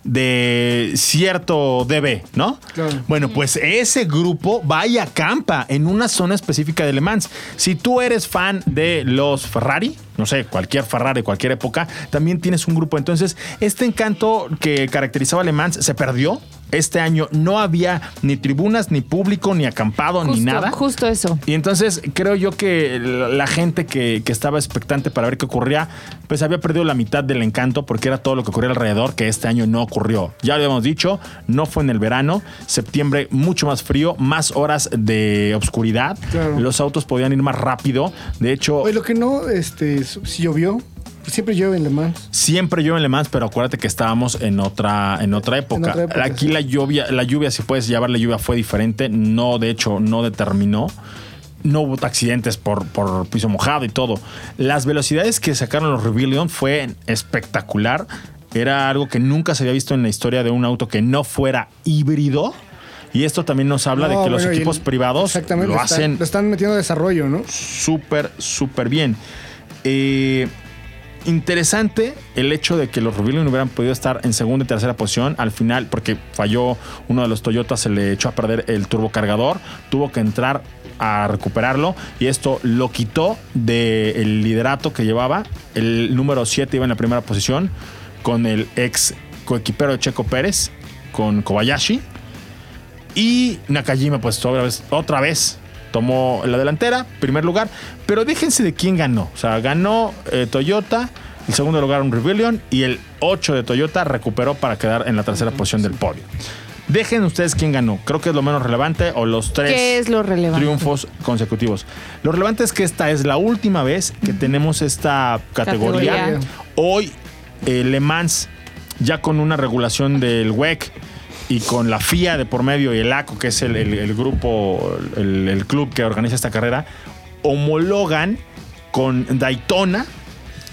B: de cierto DB, ¿no?
C: Claro.
B: Bueno, pues ese grupo vaya campa en una zona específica de Le Mans. Si tú eres fan de los Ferrari, no sé, cualquier Ferrari, cualquier época, también tienes un grupo. Entonces, este encanto que caracterizaba a Le Mans se perdió. Este año no había ni tribunas, ni público, ni acampado, ni
D: Justo,
B: nada.
D: Justo eso.
B: Y entonces creo yo que la la gente que, que estaba expectante para ver qué ocurría, pues había perdido la mitad del encanto porque era todo lo que ocurría alrededor que este año no ocurrió. Ya lo habíamos dicho, no fue en el verano, septiembre mucho más frío, más horas de oscuridad,
C: Claro.
B: los autos podían ir más rápido, de hecho...
C: Oye, lo que no, este, si llovió, pues siempre llueve en Le Mans.
B: Siempre llueve en Le Mans, pero acuérdate que estábamos en otra, en otra época.
C: otra época,
B: Aquí
C: sí.
B: la lluvia, la lluvia, si puedes llamarle lluvia, fue diferente. No, de hecho, no determinó. No hubo accidentes por, por piso mojado y todo. Las velocidades que sacaron los Rebellion fue espectacular. Era algo que nunca se había visto en la historia de un auto que no fuera híbrido. Y esto también nos habla de
C: No,
B: que los
C: bueno, y el-
B: equipos privados
C: Exactamente,
B: lo
C: están-
B: hacen
C: lo están metiendo a desarrollo, ¿no?
B: súper, súper bien. Eh, interesante el hecho de que los Rubín hubieran podido estar en segunda y tercera posición al final, porque falló uno de los Toyotas, se le echó a perder el turbocargador, tuvo que entrar a recuperarlo y esto lo quitó del liderato que llevaba. El número 7 iba en la primera posición con el ex coequipero de Checo Pérez, con Kobayashi. Y Nakajima, pues otra vez, otra vez tomó la delantera, primer lugar. Pero déjense de quién ganó. O sea, ganó eh, Toyota, el segundo lugar un Rebellion y el 8 de Toyota recuperó para quedar en la tercera posición del podio. Dejen ustedes quién ganó. Creo que es lo menos relevante o los tres
D: ¿Qué es lo relevante?
B: triunfos consecutivos. Lo relevante es que esta es la última vez que tenemos esta categoría.
D: Categoría.
B: Hoy eh, Le Mans, ya con una regulación del WEC y con la FIA de por medio y el ACO, que es el, el- el grupo, el, el club que organiza esta carrera, homologan con Daytona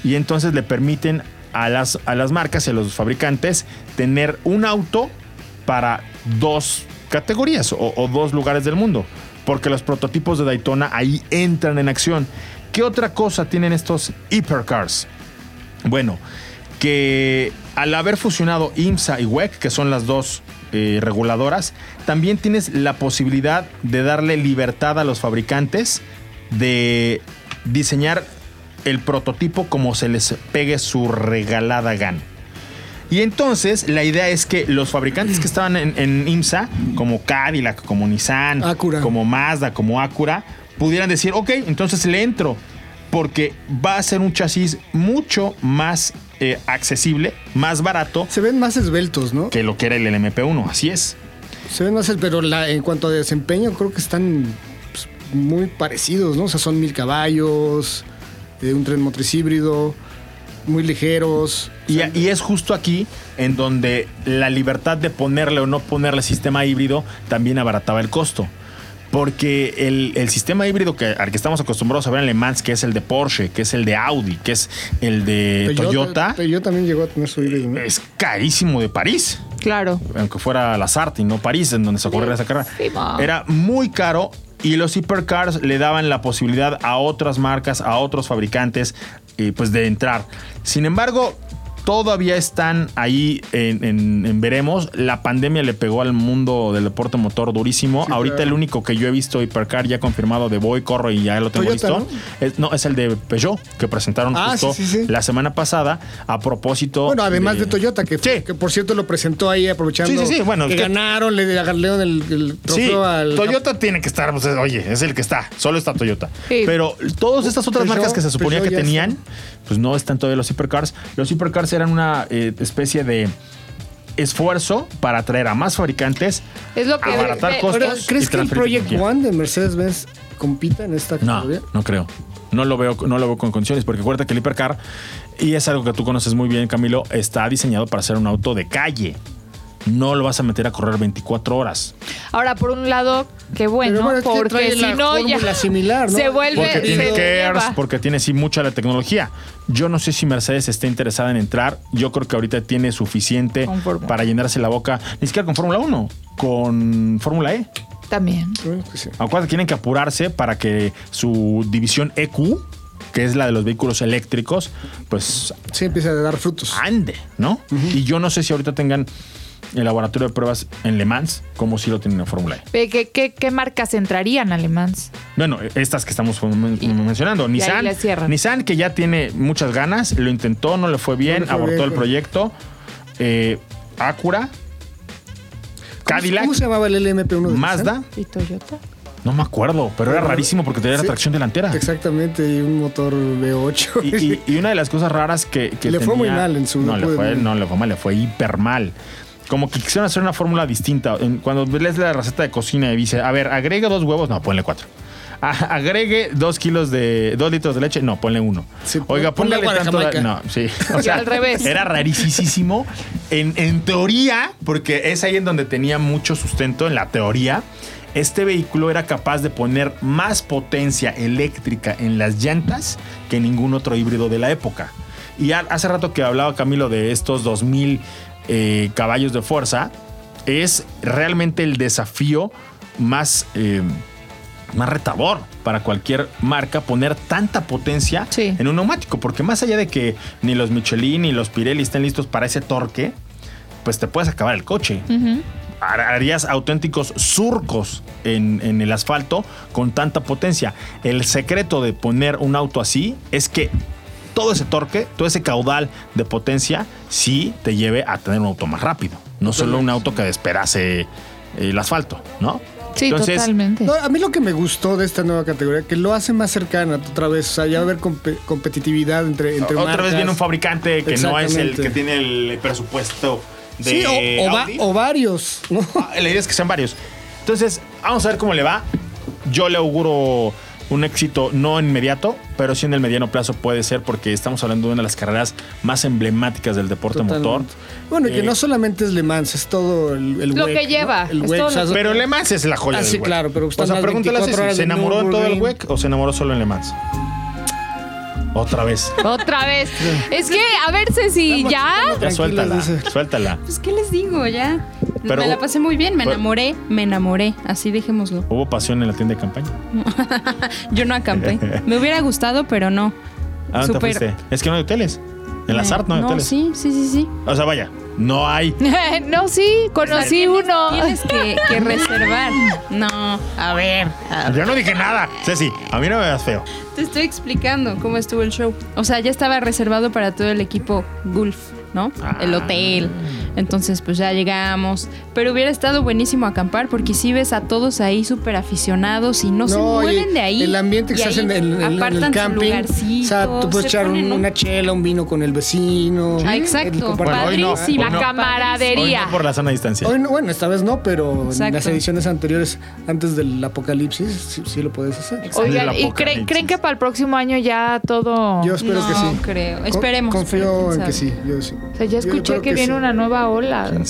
B: y entonces le permiten a las, a las marcas y a los fabricantes tener un auto para dos categorías o, o dos lugares del mundo, porque los prototipos de Daytona ahí entran en acción. ¿Qué otra cosa tienen estos hypercars? Bueno, que al haber fusionado IMSA y WEC, que son las dos eh, reguladoras, también tienes la posibilidad de darle libertad a los fabricantes de diseñar el prototipo como se les pegue su regalada gana. Y entonces la idea es que los fabricantes que estaban en, en IMSA, como Cadillac, como Nissan,
C: Acura.
B: como Mazda, como Acura, pudieran decir, ok, entonces le entro. porque va a ser un chasis mucho más eh, accesible, más barato
C: Se ven más esbeltos, ¿no?
B: que lo que era el LMP1, así es.
C: Se ven más, el- pero la- en cuanto a desempeño, creo que están pues, muy parecidos, ¿no? O sea, son mil caballos, eh, un tren motriz híbrido, muy ligeros.
B: Y, y es justo aquí en donde la libertad de ponerle o no ponerle sistema híbrido también abarataba el costo. Porque el, el sistema híbrido que, al que estamos acostumbrados a ver en Le Mans, que es el de Porsche, que es el de Audi, que es el de Toyota,
C: Toyota también llegó a tener su híbrido, ¿no?
B: es carísimo de París.
D: Claro.
B: aunque fuera la Sarti, no París, en donde se ocurrió esa carrera. Era muy caro y los hipercars le daban la posibilidad a otras marcas, a otros fabricantes, eh, pues de entrar. Sin embargo, todavía están ahí en, en- en veremos. La pandemia le pegó al mundo del deporte motor durísimo. Ahorita
C: claro.
B: el único que yo he visto hipercar ya confirmado de Boy, corro y ya lo tengo
C: Toyota,
B: listo. Es, no, es el de Peugeot, que presentaron
C: Ah,
B: justo
C: sí, sí, sí.
B: la semana pasada a propósito.
C: Bueno, además de Toyota, que,
B: Sí.
C: que por cierto lo presentó ahí aprovechando
B: Sí, sí, sí, bueno,
C: que
B: es que-
C: ganaron, le agarraron el, el trofeo
B: Sí,
C: al...
B: Toyota tiene que estar, pues, oye, es el que está, solo está Toyota.
D: Sí.
B: Pero todas estas otras
C: Peugeot,
B: marcas que se suponía
C: Peugeot
B: que
C: ya
B: tenían,
C: está.
B: pues no están todavía los hipercars. Los hipercars eran una eh, especie de esfuerzo para atraer a más fabricantes,
D: Es lo que-
B: abaratar
D: Pero,
C: Ahora,
B: costos.
C: ¿crees
B: y
C: que el
B: transferir
C: Project
B: tecnología.
C: One de Mercedes-Benz compita en esta
B: No,
C: categoría?
B: no creo. No lo veo, no lo veo con condiciones, porque acuérdate que el hipercar, y es algo que tú conoces muy bien, Camilo, está diseñado para ser un auto de calle. No lo vas a meter a correr 24 horas.
D: Ahora, por un lado, qué bueno,
C: Pero bueno, es que
D: porque
C: trae
D: si
C: la
D: no ya
C: fórmula similar, ¿no?
D: se vuelve
B: Porque tiene
D: se
B: cares,
D: lleva.
B: porque tiene sí mucha la tecnología. Yo no sé si Mercedes está interesada en entrar. Yo creo que ahorita tiene suficiente
D: Con Fórmula.
B: para llenarse la boca, ni siquiera con Fórmula 1, con Fórmula E.
D: También.
C: Bueno, que sí.
B: Acuérdate, tienen que apurarse para que su división EQ, que es la de los vehículos eléctricos, pues
C: Sí, empieza a dar frutos.
B: ande, ¿no? Y yo no sé si ahorita tengan el laboratorio de pruebas en Le Mans, como si lo tienen en Fórmula E.
D: Ve, ¿Qué, qué, qué marcas entrarían, Alemans?
B: Bueno, estas que estamos men- mencionando. Nissan,
D: le cierran.
B: Nissan, que ya tiene muchas ganas, lo intentó, no le fue bien,
C: No le fue
B: abortó
C: bien,
B: el
C: pero-
B: proyecto. Eh, Acura,
C: ¿Cómo-
B: Cadillac,
C: ¿Cómo se llamaba el LMP1? de
B: Mazda,
D: ¿Y Toyota?
B: no me acuerdo, pero era rarísimo porque tenía
C: Sí.
B: tracción delantera.
C: Nissan? Exactamente, y un motor V8.
B: Y, y- y una de las cosas raras que, que
C: Le fue
B: tenía-
C: muy mal en su-
B: no le,
C: puede-
B: fue, no le fue mal, le fue hiper mal. Como que quisieron hacer una fórmula distinta. En- Cuando lees la receta de cocina y dice, a ver, agregue dos huevos, no, ponle cuatro. A- agregue dos kilos de, dos litros de leche, no, ponle uno.
C: Sí,
B: Oiga,
C: pon- ponle
B: póngale
C: agua de
B: tanto.
C: Jamaica.
B: no, sí. O sea,
D: al revés.
B: Era rarísimo. En, en teoría, porque es ahí en donde tenía mucho sustento, en la teoría, este vehículo era capaz de poner más potencia eléctrica en las llantas que ningún otro híbrido de la época. Y ha- hace rato que hablaba Camilo de estos 2000 eh, caballos de fuerza, es realmente el desafío más. eh, más retador para cualquier marca poner tanta potencia
D: Sí.
B: en un neumático, porque más allá de que ni los Michelin ni los Pirelli estén listos para ese torque, pues te puedes acabar el coche. Har- Harías auténticos surcos en, en el asfalto con tanta potencia. El secreto de poner un auto así es que todo ese torque, todo ese caudal de potencia, sí te lleve a tener un auto más rápido, no solo un auto que despedace el asfalto, ¿no?
D: Sí,
B: Entonces,
D: totalmente.
C: No, a mí lo que me gustó de esta nueva categoría, que lo hace más cercana otra vez, o sea, ya va a haber compe- competitividad entre, entre
B: Otra
C: marcas.
B: vez viene un fabricante que no es el
C: Exactamente.
B: que tiene el presupuesto de
C: Sí, o, o va-
B: Audi.
C: o varios, ¿no?
B: Ah, La idea es que sean varios. Entonces, vamos a ver cómo le va. Yo le auguro un éxito no inmediato, pero sí en el mediano plazo puede ser porque estamos hablando de una de las carreras más emblemáticas del deporte motor.
C: Totalmente. Bueno, y que
B: Eh,
C: no solamente es Le Mans, es todo el, el
D: Lo
C: WEC,
D: que
C: ¿no?
D: lleva,
C: El
D: es
C: WEC,
D: todo
C: o sea,
D: lo que-
B: Pero Le Mans es la joya.
C: Ah,
B: del
C: sí,
B: WEC.
C: claro, pero
B: O
C: están
B: sea,
C: las
B: pregúntale a
C: 24
B: Ceci,
C: horas
B: ¿se
C: de
B: enamoró en todo el
C: Nürburgring?
B: WEC o se enamoró solo en Le Mans? Otra vez.
D: Otra vez. Es que, a ver, Ceci, ¿ya?
B: Ya
C: Tranquilos,
B: suéltala,
C: dice.
B: suéltala.
E: Pues, ¿qué les digo? Ya.
B: Pero-
E: me la pasé muy bien, me
B: pero-
E: enamoré, me enamoré, así dejémoslo.
B: Hubo pasión en la tienda de campaña.
E: Yo no acampé. Me hubiera gustado, pero no.
B: ¿A dónde Ah, te
E: Súper-
B: fuiste? Es que no hay hoteles. En la
E: Eh,
B: SART no hay hoteles.
E: sí, sí, sí, sí.
B: O sea, vaya, no hay.
D: no, sí, conocí uno.
E: Tienes que, que reservar. No, a ver. a ver.
B: Yo no dije nada. Ceci, a mí no me veas feo.
E: Te estoy explicando cómo estuvo el show. O sea, ya estaba reservado para todo el equipo Gulf. ¿no? El
B: Ah.
E: hotel. Entonces, pues ya llegamos. Pero hubiera estado buenísimo acampar porque si ves a todos ahí súper aficionados y no, se mueven
C: y
E: de ahí.
C: El ambiente que
E: Y
C: se hace
E: ahí
C: en el, en el- en el
E: apartan su
C: camping. O sea, tú
E: lugarcito,
C: puedes
E: se
C: echar
E: ponen
C: un-
E: un-
C: una chela, un vino con el vecino.
E: Ah,
C: el
E: exacto.
C: compartir-
B: Bueno, hoy no,
E: Padrísimo.
B: hoy no.
D: La camaradería.
B: Hoy no por la sana distancia.
C: Hoy no, bueno, esta vez no, pero en
E: Exacto.
C: las ediciones anteriores, antes del apocalipsis, sí, sí lo puedes hacer.
D: Oigan,
B: Del
D: ¿y
B: apocalipsis.
D: creen, creen que para el próximo año ya todo...
C: Yo espero
E: no
C: que sí.
E: creo.
C: Co-
E: Esperemos, pero
C: Confío
E: quién
C: en que
E: sabe.
C: sí, yo sí.
D: O sea, ya
C: Yo creo
D: escuché que, viene
C: sí.
D: una nueva ola. ¿no?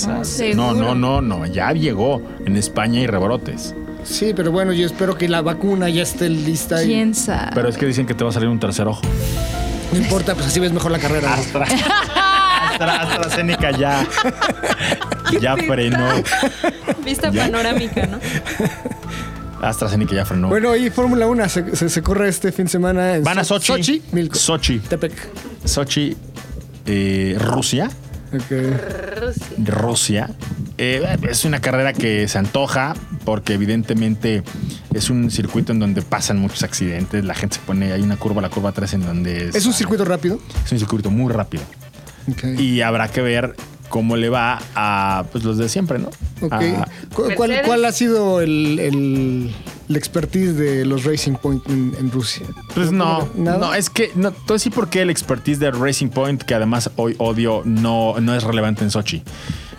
B: No, no, no, no. Ya llegó en España y rebrotes.
C: Sí, pero bueno, yo espero que la vacuna ya esté lista. y-
E: ¿Quién sabe?
B: Pero es que dicen que te va a salir un tercer ojo.
C: No importa, pues así ves mejor la carrera.
B: Astra. Astra, AstraZeneca ya. ya frenó.
E: Vista
B: Ya.
E: panorámica, ¿no?
B: AstraZeneca ya frenó.
C: Bueno, y Fórmula 1 se, se- se corre este fin de semana en
B: Van a
C: So-
B: Sochi.
C: Sochi, Milko.
B: Sochi.
C: Tepec.
B: Sochi, eh, Rusia.
C: Ok.
B: Rusia. Eh, es una carrera que se antoja porque evidentemente es un circuito en donde pasan muchos accidentes, la gente se pone, hay una curva, la curva 3 en donde...
C: ¿Es un circuito rápido?
B: Es un circuito muy rápido.
C: Ok.
B: Y habrá que ver cómo le va a pues, los de siempre, ¿no?
C: Ok.
B: A-
C: ¿Cu- ¿Cuál,
D: Mercedes.
C: cuál ha sido el, el- el expertise de los Racing Point en, en Rusia?
B: Pues no,
C: ¿Nada?
B: no, es que no, todo sí porque el expertise de Racing Point, que además hoy odio, no, no es relevante en Sochi.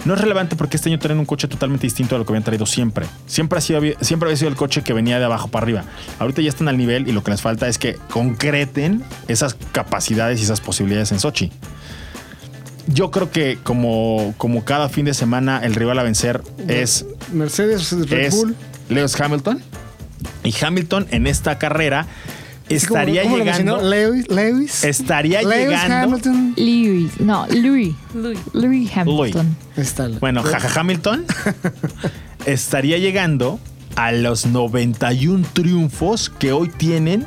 B: No es relevante porque este año traen un coche totalmente distinto a lo que habían traído siempre. Siempre, ha sido, siempre había sido el coche que venía de abajo para arriba. Ahorita ya están al nivel y lo que les falta es que concreten esas capacidades y esas posibilidades en Sochi. Yo creo que como, como cada fin de semana el rival a vencer es
C: Mercedes, Red
B: es
C: Bull.
B: Lewis Hamilton. Y Hamilton en esta carrera
C: Sí, ¿cómo-
B: estaría
C: cómo lo
B: llegando.
C: mencionó? Lewis. Lewis.
B: Estaría
C: Lewis
B: llegando.
C: Hamilton.
D: Lewis, no, Louis.
E: Luis.
D: Louis Hamilton.
C: Está la-
B: Bueno, jaja Hamilton estaría llegando a los 91 triunfos que hoy tienen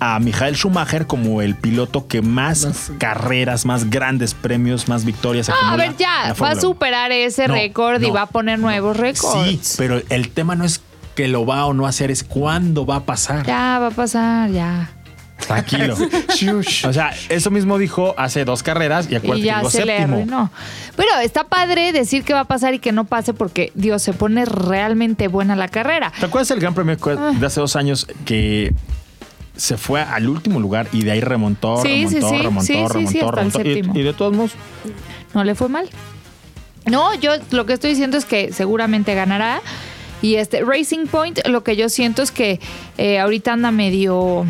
B: a Michael Schumacher como el piloto que más
C: Más-
B: carreras, más grandes premios, más victorias
D: No, Ah, a
B: acumula
D: ver,
B: en
D: ya,
B: la
D: va a
B: Fórmula uno.
D: superar ese
B: No,
D: récord y
B: no,
D: va a poner nuevos récords.
B: Sí, pero el tema no es que lo va o no hacer, es cuándo va a pasar.
D: Ya va a pasar, ya.
B: Tranquilo.
C: Shush.
B: O sea, eso mismo dijo hace dos carreras y acuérdate
D: Y
B: que
D: ya
B: llegó
D: se le
B: séptimo.
D: arruinó. Pero está padre decir que va a pasar y que no pase porque, Dios, se pone realmente buena la carrera.
B: ¿Te acuerdas del Gran Premio
D: Ah.
B: de hace dos años que se fue al último lugar y de ahí remontó,
D: Sí, sí,
B: remontó,
D: sí.
B: remontó,
D: Sí, sí,
B: remontó,
D: sí, hasta el
B: remontó? Y-
D: séptimo.
B: Y, de todos modos,
D: No le fue mal. No, yo lo que estoy diciendo es que seguramente ganará. Y este Racing Point, lo que yo siento es que eh, ahorita anda medio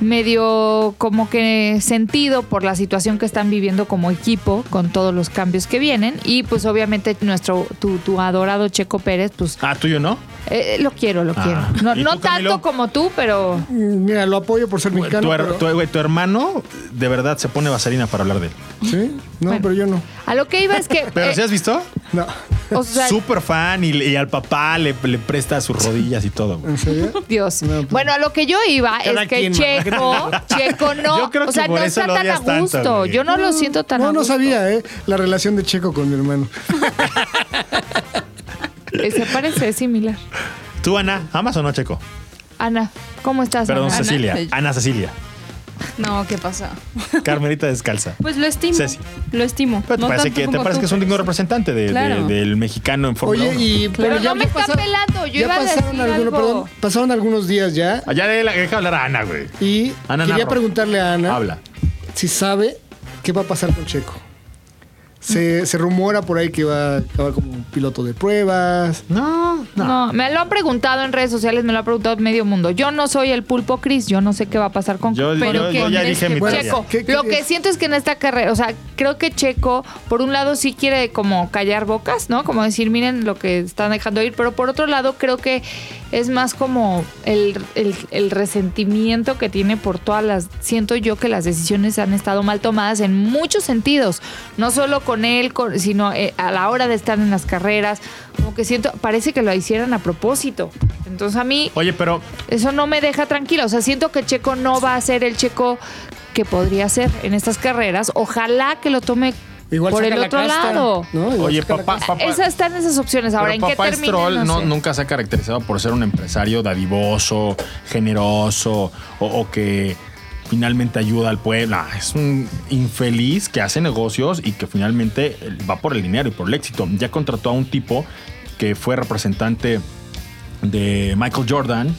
D: medio como que sentido por la situación que están viviendo como equipo con todos los cambios que vienen y pues obviamente nuestro tu, tu adorado Checo Pérez pues
B: ah, tuyo no.
D: eh, lo quiero lo
B: Ah.
D: quiero no,
B: ¿Y tú,
D: no
B: Camilo?
D: tanto como tú pero
C: Mira, lo apoyo por ser
B: Tu,
C: mexicano.
B: her-
C: pero-
B: tu- güey, tu hermano de verdad se pone vaselina para hablar de él.
C: ¿Sí? No,
D: Bueno.
C: pero yo no.
D: a lo que iba es que
B: Pero
D: eh,
B: si has visto,
C: No.
D: o sea,
B: súper fan y, y al papá le, le presta sus rodillas y todo. güey.
C: ¿En serio?
D: Dios.
C: No, pues-
D: bueno, a lo que yo iba
C: Cada
D: es que
C: quien, mamá.
D: Checo, Checo no,
B: Yo creo
D: o sea,
B: que por
D: no
B: eso
D: está
B: lo
D: tan a
B: odias tanto,
D: gusto.
B: güey.
D: yo no lo siento tan a
C: No, no
D: gusto.
C: sabía, ¿eh? La relación de Checo con mi hermano.
D: Eh, Se parece, es similar.
B: ¿Tú, Ana, amas o no, Checo?
D: Ana, ¿cómo estás?
B: Perdón,
D: Ana?
B: Cecilia.
E: Ana.
B: Ana Cecilia.
E: No, ¿qué pasa?
B: Carmelita descalza.
E: Pues lo estimo.
B: Ceci.
E: Lo estimo.
B: Pero te
E: No
B: parece,
E: tanto
B: que, te
E: como
B: parece
E: tú,
B: que es un
E: pero
B: digno
E: sí.
B: representante de- de-
E: Claro.
B: del mexicano en Fórmula
C: Oye,
B: uno.
C: y pero,
D: Pero
C: ya
D: no me está
C: pasa-
D: pelando, yo
C: ya
D: iba a
C: pasaron
D: decir
C: alguno-
D: algo.
C: perdón, pasaron algunos días ya
B: Allá de la deja hablar a Ana, güey.
C: y
B: Ana
C: quería
B: Narro.
C: preguntarle a Ana
B: Habla.
C: si sabe qué va a pasar con Checo. Se, se rumora por ahí que va a acabar como un piloto de pruebas.
B: No,
D: No, me lo han preguntado en redes sociales, me lo ha preguntado medio mundo. Yo no soy el pulpo Cris, yo no sé qué va a pasar con
B: Yo,
D: pero
B: yo-
D: que
B: yo ya dije mi
C: Bueno,
B: teoría.
D: Checo,
C: ¿Qué- qué
D: lo que
C: crees?
D: siento es que en esta carrera, o sea, creo que Checo, por un lado sí quiere como callar bocas, ¿no? Como decir, miren lo que están dejando ir, pero por otro lado creo que es más como el, el- el resentimiento que tiene por todas las, siento yo que las decisiones han estado mal tomadas en muchos sentidos, no solo con él, con- sino eh, a la hora de estar en las carreras, como que siento, parece que lo hicieran a propósito. Entonces a mí
B: Oye, pero
C: Pues,
D: eso no me deja tranquila. O sea, siento que Checo no va a ser el Checo que podría ser en estas carreras. Ojalá que lo tome
C: Igual
D: por
C: saca
D: el
C: la
D: otro
C: casta,
D: lado.
C: ¿no? Igual
B: Oye,
C: saca la
B: papá,
C: casta.
B: papá.
D: Esas están esas opciones. Ahora,
B: Pero
D: ¿en qué
B: Papá
D: termine?
B: Stroll
D: No
B: no-
D: sé.
B: nunca se ha caracterizado por ser un empresario dadivoso, generoso o, o que finalmente ayuda al pueblo. Ah, Es un infeliz que hace negocios y que finalmente eh, va por el dinero y por el éxito. Ya contrató a un tipo que fue representante de Michael Jordan,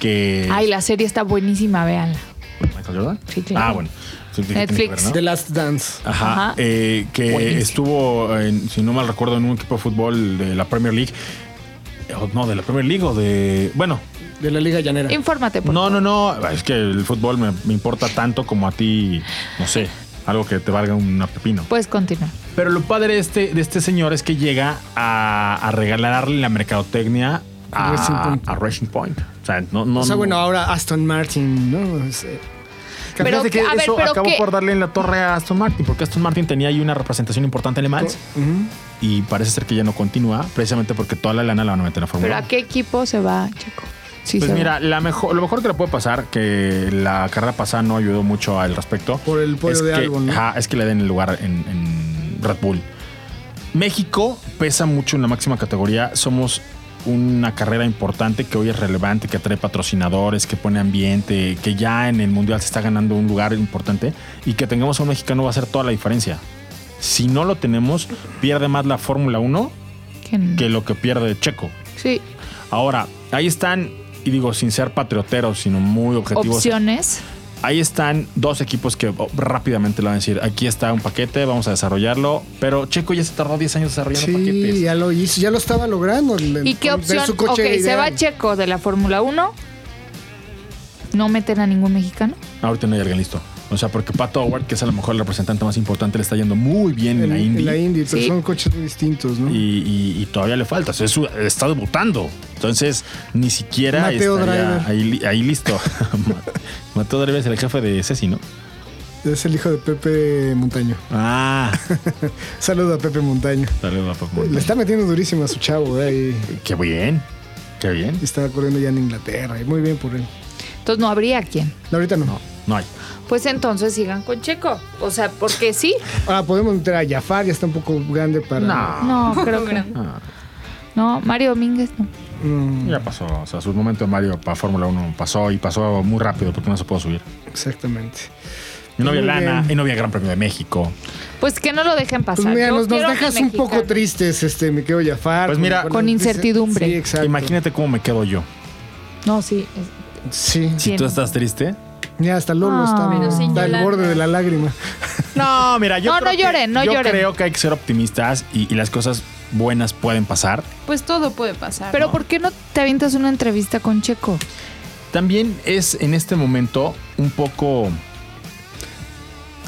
B: que...
D: Ay, la serie está buenísima, véanla.
B: ¿Michael Jordan?
D: Sí, claro.
B: Ah, bueno. Sí, tiene que
D: Netflix.
B: ver,
C: The
B: ¿no?
C: Last Dance.
B: Ajá,
D: Ajá.
B: eh, que
D: Buenísimo.
B: estuvo, en- si no mal recuerdo, en un equipo de fútbol de la Premier League. O No, de la Premier League o de... Bueno,
C: De la Liga Llanera.
D: Infórmate, por
B: no,
D: favor.
B: no, no. Es que el fútbol me, me importa tanto como a ti, no sé, algo que te valga un pepino.
D: Puedes continuar.
B: Pero lo padre de este, de este señor es que llega a, a regalarle la mercadotecnia a
C: A Racing Point.
B: a Racing Point. O sea, no, no.
C: o sea,
B: no-
C: bueno, ahora Aston Martin, ¿no? Es, eh,
D: Pero
B: Fíjate que
D: que- a ver,
B: eso
D: pero
B: acabó
D: que-
B: por darle en la torre a Aston Martin, porque Aston Martin tenía ahí una representación importante en Le Mans
C: ujú.
B: y parece ser que ya no continúa, precisamente porque toda la lana la van a meter a la Fórmula
D: ¿Pero a
B: uno.
D: qué equipo se va, Checo? Sí,
B: Pues
D: se
B: mira, la mejor, lo mejor que le puede pasar, que la carrera pasada no ayudó mucho al respecto.
C: Por el podio
B: es
C: de
B: que,
C: Albon, ¿no?
B: ajá, es que le den el lugar en, en Red Bull. México pesa mucho en la máxima categoría. Somos una carrera importante que hoy es relevante, que atrae patrocinadores, que pone ambiente, que ya en el Mundial se está ganando un lugar importante y que tengamos a un mexicano va a hacer toda la diferencia. Si no lo tenemos, pierde más la Fórmula 1
D: va. ¿Quién?
B: que lo que pierde Checo.
D: Sí,
B: Ahora, ahí están, y digo sin ser patrioteros, sino muy objetivos.
D: opciones.
B: Ahí están dos equipos que oh, rápidamente le van a decir: aquí está un paquete, vamos a desarrollarlo. Pero Checo ya se tardó 10 años desarrollando
C: Sí,
B: paquetes.
C: ya lo hizo, ya lo estaba logrando. el-
D: ¿Y qué
C: el- ver
D: opción?
C: su
D: Ok,
C: coche
D: se
C: ideal.
D: va Checo de la Fórmula 1. No meten a ningún mexicano.
B: Ah, Ahorita no hay alguien listo. O sea, porque Pato Howard, que es a lo mejor el representante más importante, le está yendo muy bien
C: En
B: en la
C: en
B: Indy.
C: la Indy, pero
D: Sí.
C: son coches muy distintos, ¿no?
B: Y, y- y todavía le falta. O sea, es su- está debutando. Entonces, ni siquiera
C: Mateo
B: estaría
C: Driver.
B: ahí, li- ahí listo. Mateo Driver es el jefe de Ceci, ¿no?
C: Es el hijo de Pepe Montaño.
B: Ah,
C: Saludo a Pepe Montaño.
B: saludos a Paco
C: Le
B: Montes.
C: está metiendo durísimo a su chavo, ¿eh? Y-
B: Qué bien. Qué bien.
C: y está corriendo ya en Inglaterra. Y muy bien por él.
D: Entonces no habría quien.
C: No, ahorita no.
B: No hay.
D: Pues entonces sigan con Checo. O sea, porque sí.
C: Ahora Ah, podemos meter a Jafar, ya está un poco grande para.
D: No, creo que no. No, Mario Domínguez no.
C: Mm,
B: Ya pasó. O sea, su momento de Mario para Fórmula 1 pasó y pasó muy rápido porque no se pudo subir.
C: exactamente.
B: Y no había
C: Muy
B: lana,
C: bien.
B: y no había Gran Premio de México.
D: Pues que no lo dejen pasar.
C: Pues mira,
D: Yo
C: nos, nos
D: quiero mi
C: dejas un
D: mexicano.
C: poco tristes, este, me quedo Jafar.
B: Pues mira-
D: Con incertidumbre.
C: Sí, exacto.
B: Imagínate cómo me quedo yo.
D: No, sí. es-
C: Sí.
B: Si tú estás triste.
C: Ya hasta Lolo está,
D: Ah.
E: Menos sin
C: está al
E: Yolanda.
C: borde de la lágrima.
B: No, mira, yo.
D: No,
B: creo
D: no
B: que-
D: lloren, no
B: yo
D: lloren.
B: creo que hay que ser optimistas y, y las cosas buenas pueden pasar.
E: Pues todo puede pasar.
D: Pero
E: ¿no?
D: ¿por qué no te avientas una entrevista con Checo?
B: También es en este momento un poco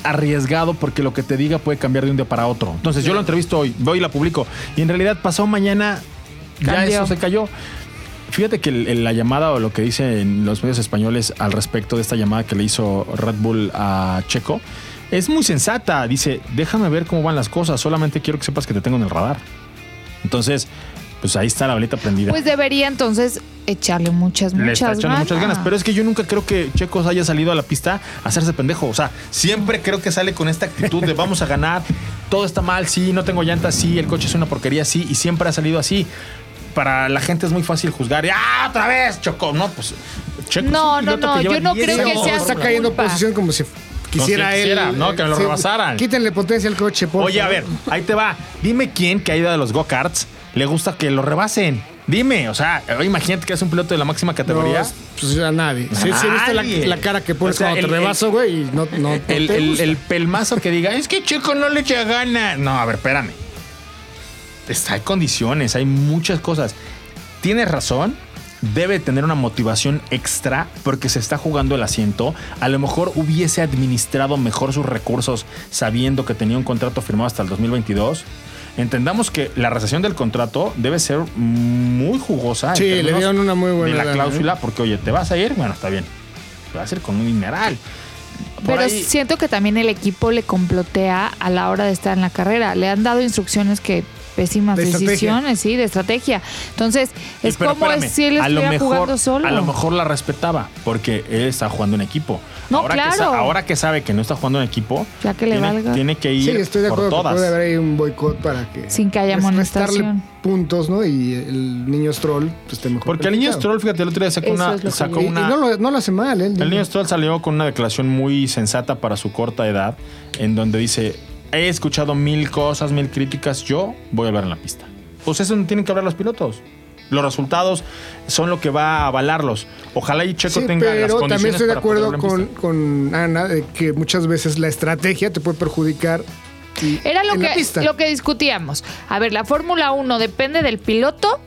B: arriesgado porque lo que te diga puede cambiar de un día para otro. Entonces yo lo entrevisto hoy, voy y la publico. Y en realidad pasado mañana ya
D: Cambió.
B: eso se cayó. Fíjate que el- el- la llamada o lo que dicen los medios españoles al respecto de esta llamada que le hizo Red Bull a Checo es muy sensata. Dice, déjame ver cómo van las cosas, solamente quiero que sepas que te tengo en el radar. Entonces, pues ahí está la boleta prendida
D: Pues debería entonces echarle muchas, muchas
B: le está echando
D: ganas.
B: muchas ganas. Pero es que yo nunca creo que Checos haya salido a la pista a hacerse pendejo. O sea, siempre creo que sale con esta actitud de vamos a ganar, todo está mal, sí, no tengo llantas, sí, el coche es una porquería, sí, y siempre ha salido así. Para la gente es muy fácil juzgar. y, ¡Ah, otra vez, Chocó! No, pues. Checo es
D: No,
B: un
D: no,
B: piloto
D: no,
B: que lleva
D: yo no
B: 10
D: creo que
B: años
D: sea
B: en
D: su
C: está
B: Fórmula
C: cayendo en
D: culpa.
C: posición como si quisiera
B: si
C: él.
B: quisiera,
C: eh,
B: ¿no? Que me lo rebasaran.
C: Quítenle potencia al coche, por
B: Oye, a ver,
C: favor.
B: ahí te va. Dime quién que ha ido a los go-karts le gusta que lo rebasen. Dime, o sea, imagínate que es un piloto de la máxima categoría.
C: No, pues a nadie. Sí, sí, viste la,
B: Nadie.
C: la cara que pones
B: O sea,
C: cuando te
B: el-
C: rebaso, güey, y no, no, no
B: el,
C: te
B: el-
C: gusta.
B: el pelmazo que diga, es que Checo no le echa gana. No, a ver, espérame. Está, hay condiciones, hay muchas cosas. Tienes razón, debe tener una motivación extra porque se está jugando el asiento. A lo mejor hubiese administrado mejor sus recursos sabiendo que tenía un contrato firmado hasta el 2022. Entendamos que la rescisión del contrato debe ser muy jugosa. en
C: Sí, le
B: términos
C: dieron una muy buena
B: De la
C: lana, ¿eh?
B: cláusula, porque oye, te vas a ir, bueno, está bien. Te vas a ir con un mineral.
D: Pero siento que también el equipo le complotea a la hora de estar en la carrera. Le han dado instrucciones que pésimas
C: De estrategia.
D: decisiones, sí, de estrategia. Entonces,
B: Y
D: es
B: pero
D: como
B: espérame,
D: si él
B: a lo
D: estuviera
B: mejor,
D: jugando solo.
B: A lo mejor la respetaba, porque él está jugando en equipo.
D: No,
B: ahora, que
D: claro.
B: sa- ahora que sabe que no está jugando en equipo,
D: Ya que le
B: tiene,
D: valga.
B: tiene que ir
C: Sí, estoy de
B: por
C: acuerdo que
B: todas.
C: puede haber ahí un boicot para que.
D: Sin que haya
C: pues, restarle
D: amonestación.
C: puntos, ¿no? Y el niño Stroll, pues esté mejor.
B: Porque el niño
C: calificado.
B: Stroll, fíjate, el otro día sacó
D: Eso
B: una...
D: es lo que
B: sacó
D: digo.
C: Y- y
B: una
C: no, lo, no lo hace mal, ¿eh?
B: El niño Stroll salió con una declaración muy sensata para su corta edad, en donde dice, he escuchado mil cosas, mil críticas, yo voy a hablar en la pista. Pues eso no tienen que hablar los pilotos. Los resultados son lo que va a avalarlos. Ojalá y Checo
C: Sí,
B: tenga las
C: pero
B: condiciones
C: también estoy de
B: para poder
C: acuerdo
B: hablar en
C: con,
B: pista.
C: con Ana de que muchas veces la estrategia te puede perjudicar. y-
D: Era lo
C: en la
D: que,
C: pista.
D: lo que discutíamos. A ver, la Fórmula 1 depende del piloto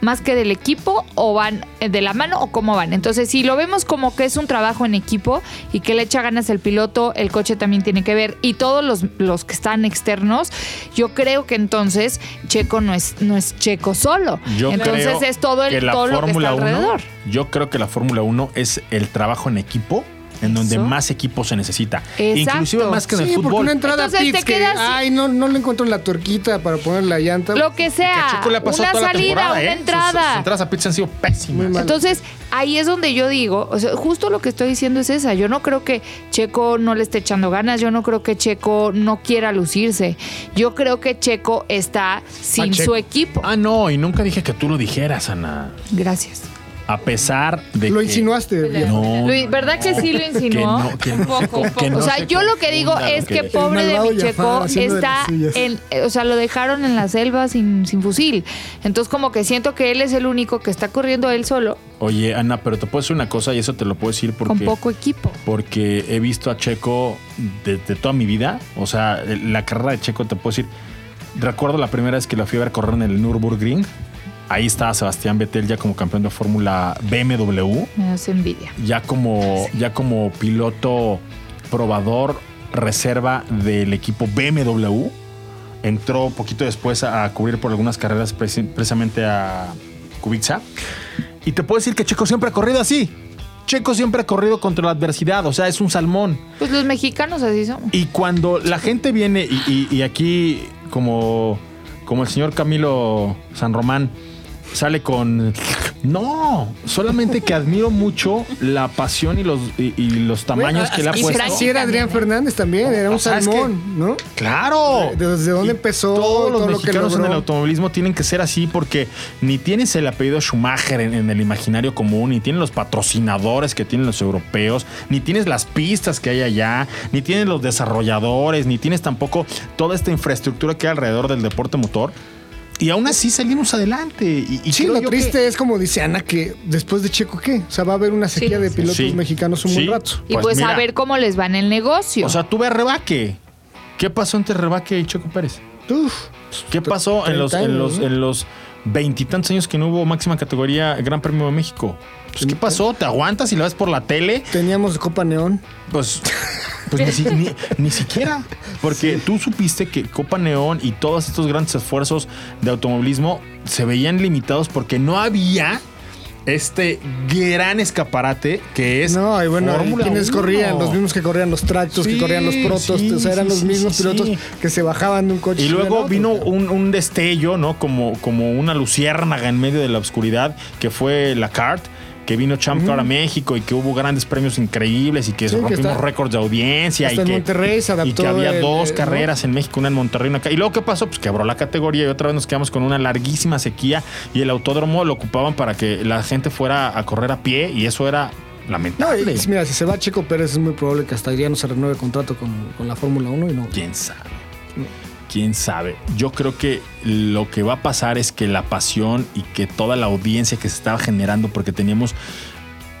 D: más que del equipo o van eh, de la mano o cómo van. Entonces, si lo vemos como que es un trabajo en equipo y que le echa ganas el piloto, el coche también tiene que ver y todos los, los que están externos, yo creo que entonces Checo no es, no es Checo solo.
B: Yo
D: entonces
B: creo
D: es todo, el,
B: que la
D: todo lo que está
B: Fórmula 1
D: alrededor.
B: yo creo que la Fórmula 1 es el trabajo en equipo, en donde
D: Eso.
B: más equipo se necesita.
D: Exacto.
B: Inclusive más que en
C: Sí,
B: el
C: porque
B: fútbol.
C: una entrada
D: Entonces,
C: pits
D: te
C: que,
D: quedas-
C: ay, no, no le encuentro la tuerquita para poner la llanta.
D: Lo que
B: Que a
D: sea,
B: Checo le ha pasado
D: Ah, una
B: toda la
D: salida,
B: temporada,
D: una
B: ¿eh? Sus-
D: entrada.
B: Sus entradas a pizza han sido pésimas.
C: Muy mal.
D: Entonces, ahí es donde yo digo, o sea, justo lo que estoy diciendo es esa. Yo no creo que Checo no le esté echando ganas, yo no creo que Checo no quiera lucirse. Yo creo que Checo está sin
C: Pacheco.
D: su equipo.
B: Ah, no, y nunca dije que tú lo dijeras, Ana.
D: Gracias.
B: A pesar de
C: Lo
B: que-
C: insinuaste.
I: Lo-
B: No, no,
D: Luis, ¿verdad que sí lo insinuó?
B: Que no, que no
I: Un poco, un
B: se
I: poco.
B: que no
D: o sea,
B: se
D: yo lo que digo
B: confunda lo
D: es que
B: que-
D: pobre
C: El
D: de mi
C: malvado
D: Checo
C: Jafar haciendo de
D: está
C: las suyas.
D: en, eh, o sea, lo dejaron en la selva sin, sin fusil. Entonces como que siento que él es el único que está corriendo él solo
B: Oye, Ana, pero te puedo decir una cosa y eso te lo puedo decir
D: con
B: porque,
D: poco equipo.
B: porque he visto a Checo desde toda mi vida. O sea, la carrera de Checo te puedo decir. Recuerdo la primera vez que la fui a ver correr en el Nürburgring. Ahí estaba Sebastián Vettel ya como campeón de Fórmula BMW.
D: Me hace envidia.
B: ya como, ya como piloto probador reserva del equipo BMW. Entró poquito después a, a cubrir por algunas carreras preci- precisamente a Kubica. Y te puedo decir que Checo siempre ha corrido así. Checo siempre ha corrido contra la adversidad, o sea, es un salmón.
D: Pues los mexicanos así somos.
B: Y cuando la gente viene y, y- y aquí, como, como el señor Camilo San Román, sale con... No, solamente que admiro mucho la pasión y los, y, y los tamaños que le ha
D: y
B: puesto.
D: Frank-
C: Si era Adrián Fernández también, era un
B: ¿Sabes qué?
C: salmón, ¿no?
B: ¡Claro!
C: ¿Desde dónde empezó?
B: Todos los
C: Todo lo que
B: mexicanos en
C: logró.
B: el automovilismo tienen que ser así porque ni tienes el apellido Schumacher en, en el imaginario común, ni tienen los patrocinadores que tienen los europeos, ni tienes las pistas que hay allá, ni tienes los desarrolladores, ni tienes tampoco toda esta infraestructura que hay alrededor del deporte motor. Y aún así salimos adelante. Y, y
C: Sí,
B: creo
C: lo
B: yo
C: triste es como dice Ana que después de Checo, ¿qué? O sea, va a haber una sequía de
B: que-
C: pilotos
B: Sí,
C: mexicanos un
B: sí.
C: buen rato.
D: Y pues,
B: mira,
D: a ver cómo les va en el negocio.
B: O sea, tuve rebaque. ¿Qué pasó entre rebaque y Checo Pérez?
C: Uf,
B: ¿Qué pasó en los
C: 30
B: en
C: años,
B: los
C: ¿no?
B: en los veintitantos años que no hubo máxima categoría Gran Premio de México? Pues, ¿Qué pasó? ¿Te aguantas y la ves por la tele?
C: teníamos Copa Neón.
B: Pues, pues ni, si- ni- ni siquiera. Porque tú supiste que Copa Neón y todos estos grandes esfuerzos de automovilismo se veían limitados porque no había este gran escaparate que es
C: No, y bueno,
B: Fórmula
C: quienes
B: Uno.
C: corrían, los mismos que corrían los tractos,
B: Sí,
C: que corrían los protos,
B: sí,
C: o sea, eran
B: sí,
C: los
B: sí,
C: mismos
B: sí,
C: pilotos
B: sí.
C: que se bajaban de un coche.
B: Y luego
C: subían
B: vino
C: a otro.
B: un, un destello, ¿no? Como, como una luciérnaga en medio de la oscuridad, que fue la CART, que vino Champ Car a México y que hubo grandes premios increíbles y que
C: Sí, que
B: rompimos
C: está-
B: récords de audiencia.
C: hasta
B: y
C: en
B: que,
C: Monterrey se
B: Y que
C: adaptó
B: había
C: el- eh,
B: dos
C: el-
B: carreras en México, una en Monterrey y una acá. Y luego, ¿qué pasó? Pues quebró la categoría y otra vez nos quedamos con una larguísima sequía y el autódromo lo ocupaban para que la gente fuera a correr a pie y eso era
C: No,
B: lamentable.
C: y, mira, si se va Checo Pérez es muy probable que hasta ya no se renueve el contrato con, con la Fórmula 1 y no.
B: ¿Quién sabe? ¿Quién sabe? Yo creo que lo que va a pasar es que la pasión y que toda la audiencia que se estaba generando porque teníamos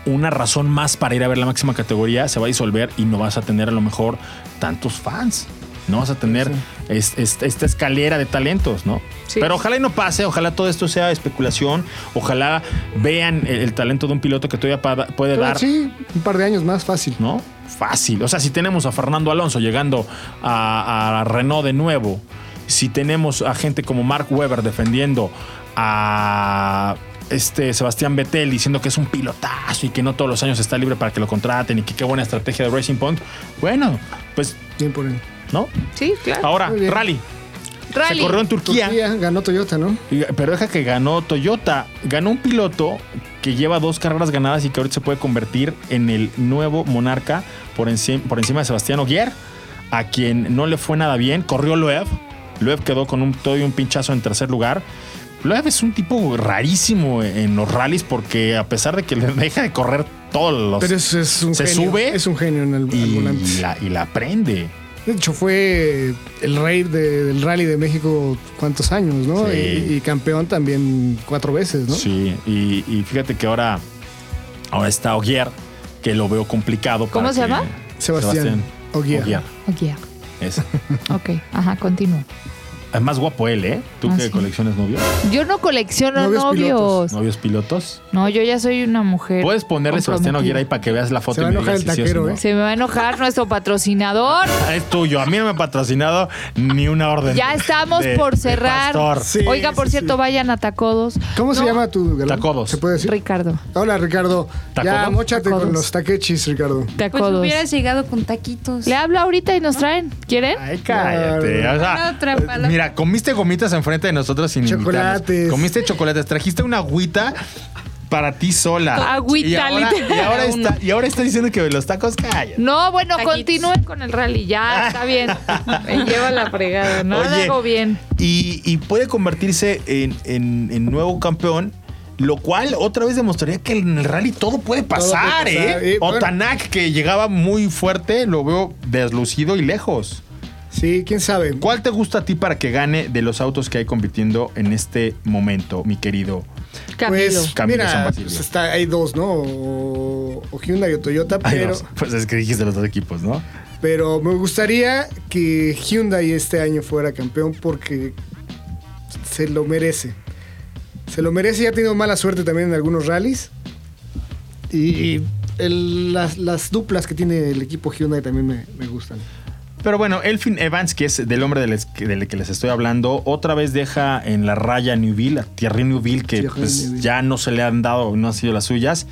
B: una razón más para ir a ver la máxima categoría se va a disolver y no vas a tener a lo mejor tantos fans. No vas a tener es- es- esta escalera de talentos, ¿no?
D: Sí.
B: Pero ojalá y no pase, ojalá todo esto sea especulación, ojalá vean el, el talento de un piloto que todavía pa- puede
C: Pero
B: dar
C: sí, un par de años más fácil.
B: ¿no? Fácil. O sea, si tenemos a Fernando Alonso llegando a, a Renault de nuevo, si tenemos a gente como Mark Webber defendiendo a este Sebastián Vettel diciendo que es un pilotazo y que no todos los años está libre para que lo contraten y que qué buena estrategia de Racing Point, bueno, pues
C: Bien por él.
B: no.
D: sí, claro.
B: Ahora,
C: Muy bien.
B: rally.
D: Rally.
B: Se corrió en Turquía.
C: Turquía ganó Toyota, ¿no?
B: Y- Pero deja que ganó Toyota. Ganó un piloto que lleva dos carreras ganadas y que ahorita se puede convertir en el nuevo monarca por, enci- por encima de Sebastián Ogier, a quien no le fue nada bien. Corrió Loeb. Loeb quedó con un todo y un pinchazo en tercer lugar. Loeb es un tipo rarísimo en los rallies porque a pesar de que le deja de correr todos los...
C: Pero es, eh, es un
B: Pues, se
C: genio.
B: sube
C: Es un genio en el al volante.
B: y, la, y la prende.
C: De hecho, fue el rey de- del rally de México cuántos años, ¿no?
B: Sí.
C: Y, y campeón también cuatro veces, ¿no?
B: Sí, y, y fíjate que ahora, ahora está Ogier, que lo veo complicado. para
D: ¿Cómo se
B: que-
D: llama?
C: Sebastián Oguía.
B: Ogier.
D: Aquí,
B: Es.
D: ok, ajá, continúa.
B: Es más guapo él, ¿eh? ¿Tú
D: Ah,
B: que
D: sí. Pues,
B: colecciones novios?
D: Yo no colecciono
C: Novios
D: novios.
C: pilotos.
B: ¿Novios pilotos?
D: No, yo ya soy una mujer.
B: Puedes ponerle Sebastián Ogier ahí para que veas la foto
C: Se va a
B: y me
C: enojar
B: digas si
C: el
B: sí o si
C: taquero,
B: no.
C: ¿eh?
D: Se me va a enojar nuestro patrocinador.
B: Ah, Es tuyo, a mí no me ha patrocinado ni una orden.
D: Ya estamos
B: de-
D: por
B: de
D: cerrar.
B: pastor.
C: Sí,
D: Oiga, por
C: sí,
D: cierto, vayan a Tacodos.
C: ¿Cómo se
D: No,
C: llama tu galán?
B: Tacodos.
C: ¿Se puede decir?
D: Ricardo.
C: Hola, Ricardo. Ya,
B: ¿Tacodos?
C: mochate con
D: Tacodos.
C: los taquechis, Ricardo.
E: Pues
D: Tacodos.
E: hubieras llegado con taquitos.
D: Le hablo ahorita y nos traen. ¿Quieren?
B: Ay, cállate. o sea,
E: Otra palabra.
B: mira, comiste gomitas enfrente de nosotros sin invitarnos.
C: Chocolates.
B: Comiste chocolates. Trajiste una agüita para ti sola.
D: Agüita,
B: y ahora,
D: literal.
B: y ahora está, y ahora está diciendo que los tacos callan.
D: No, bueno,
E: Taquitos.
D: continúen con el rally. Ya, está bien. Me lleva la fregada. No lo
B: Oye.
D: hago bien.
B: Y, y puede convertirse en, en- en nuevo campeón. Lo cual otra vez demostraría que en el rally todo puede pasar,
C: puede pasar,
B: ¿eh?
C: eh, bueno.
B: Otanak, que llegaba muy fuerte, lo veo deslucido y lejos.
C: Sí, quién sabe.
B: ¿Cuál te gusta a ti para que gane de los autos que hay compitiendo en este momento, mi querido?
D: Camilo.
C: Pues,
B: Camilo San
C: mira,
B: Basilio.
C: pues está, hay dos, ¿no? O, o Hyundai o Toyota,
B: Ay,
C: pero,
B: vamos, pues es que dijiste los dos equipos, ¿no?
C: pero me gustaría que Hyundai este año fuera campeón porque se lo merece. Se lo merece, ya ha tenido mala suerte también en algunos rallies. Y el- las, las duplas que tiene el equipo Hyundai también me, me gustan.
B: Pero bueno, Elfin Evans, que es del hombre del, es- que- del que les estoy hablando, otra vez deja en la raya a Newville, a Thierry Newville, que
C: Thierry
B: pues,
C: Neuville.
B: ya no se le han dado, no han sido las suyas.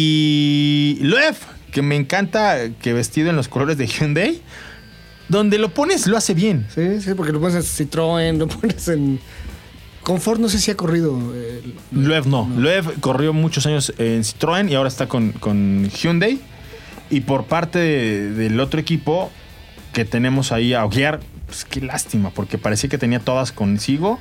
B: Y Loeb, que me encanta, que vestido en los colores de Hyundai, donde lo pones lo hace bien.
C: Sí, sí, porque lo pones en Citroën, lo pones en... Confort no sé si ha corrido. eh,
B: Loeb no. Loeb corrió muchos años en Citroën y ahora está con, con Hyundai. Y por parte de- del otro equipo que tenemos ahí a Ogier, pues qué lástima, porque parecía que tenía todas consigo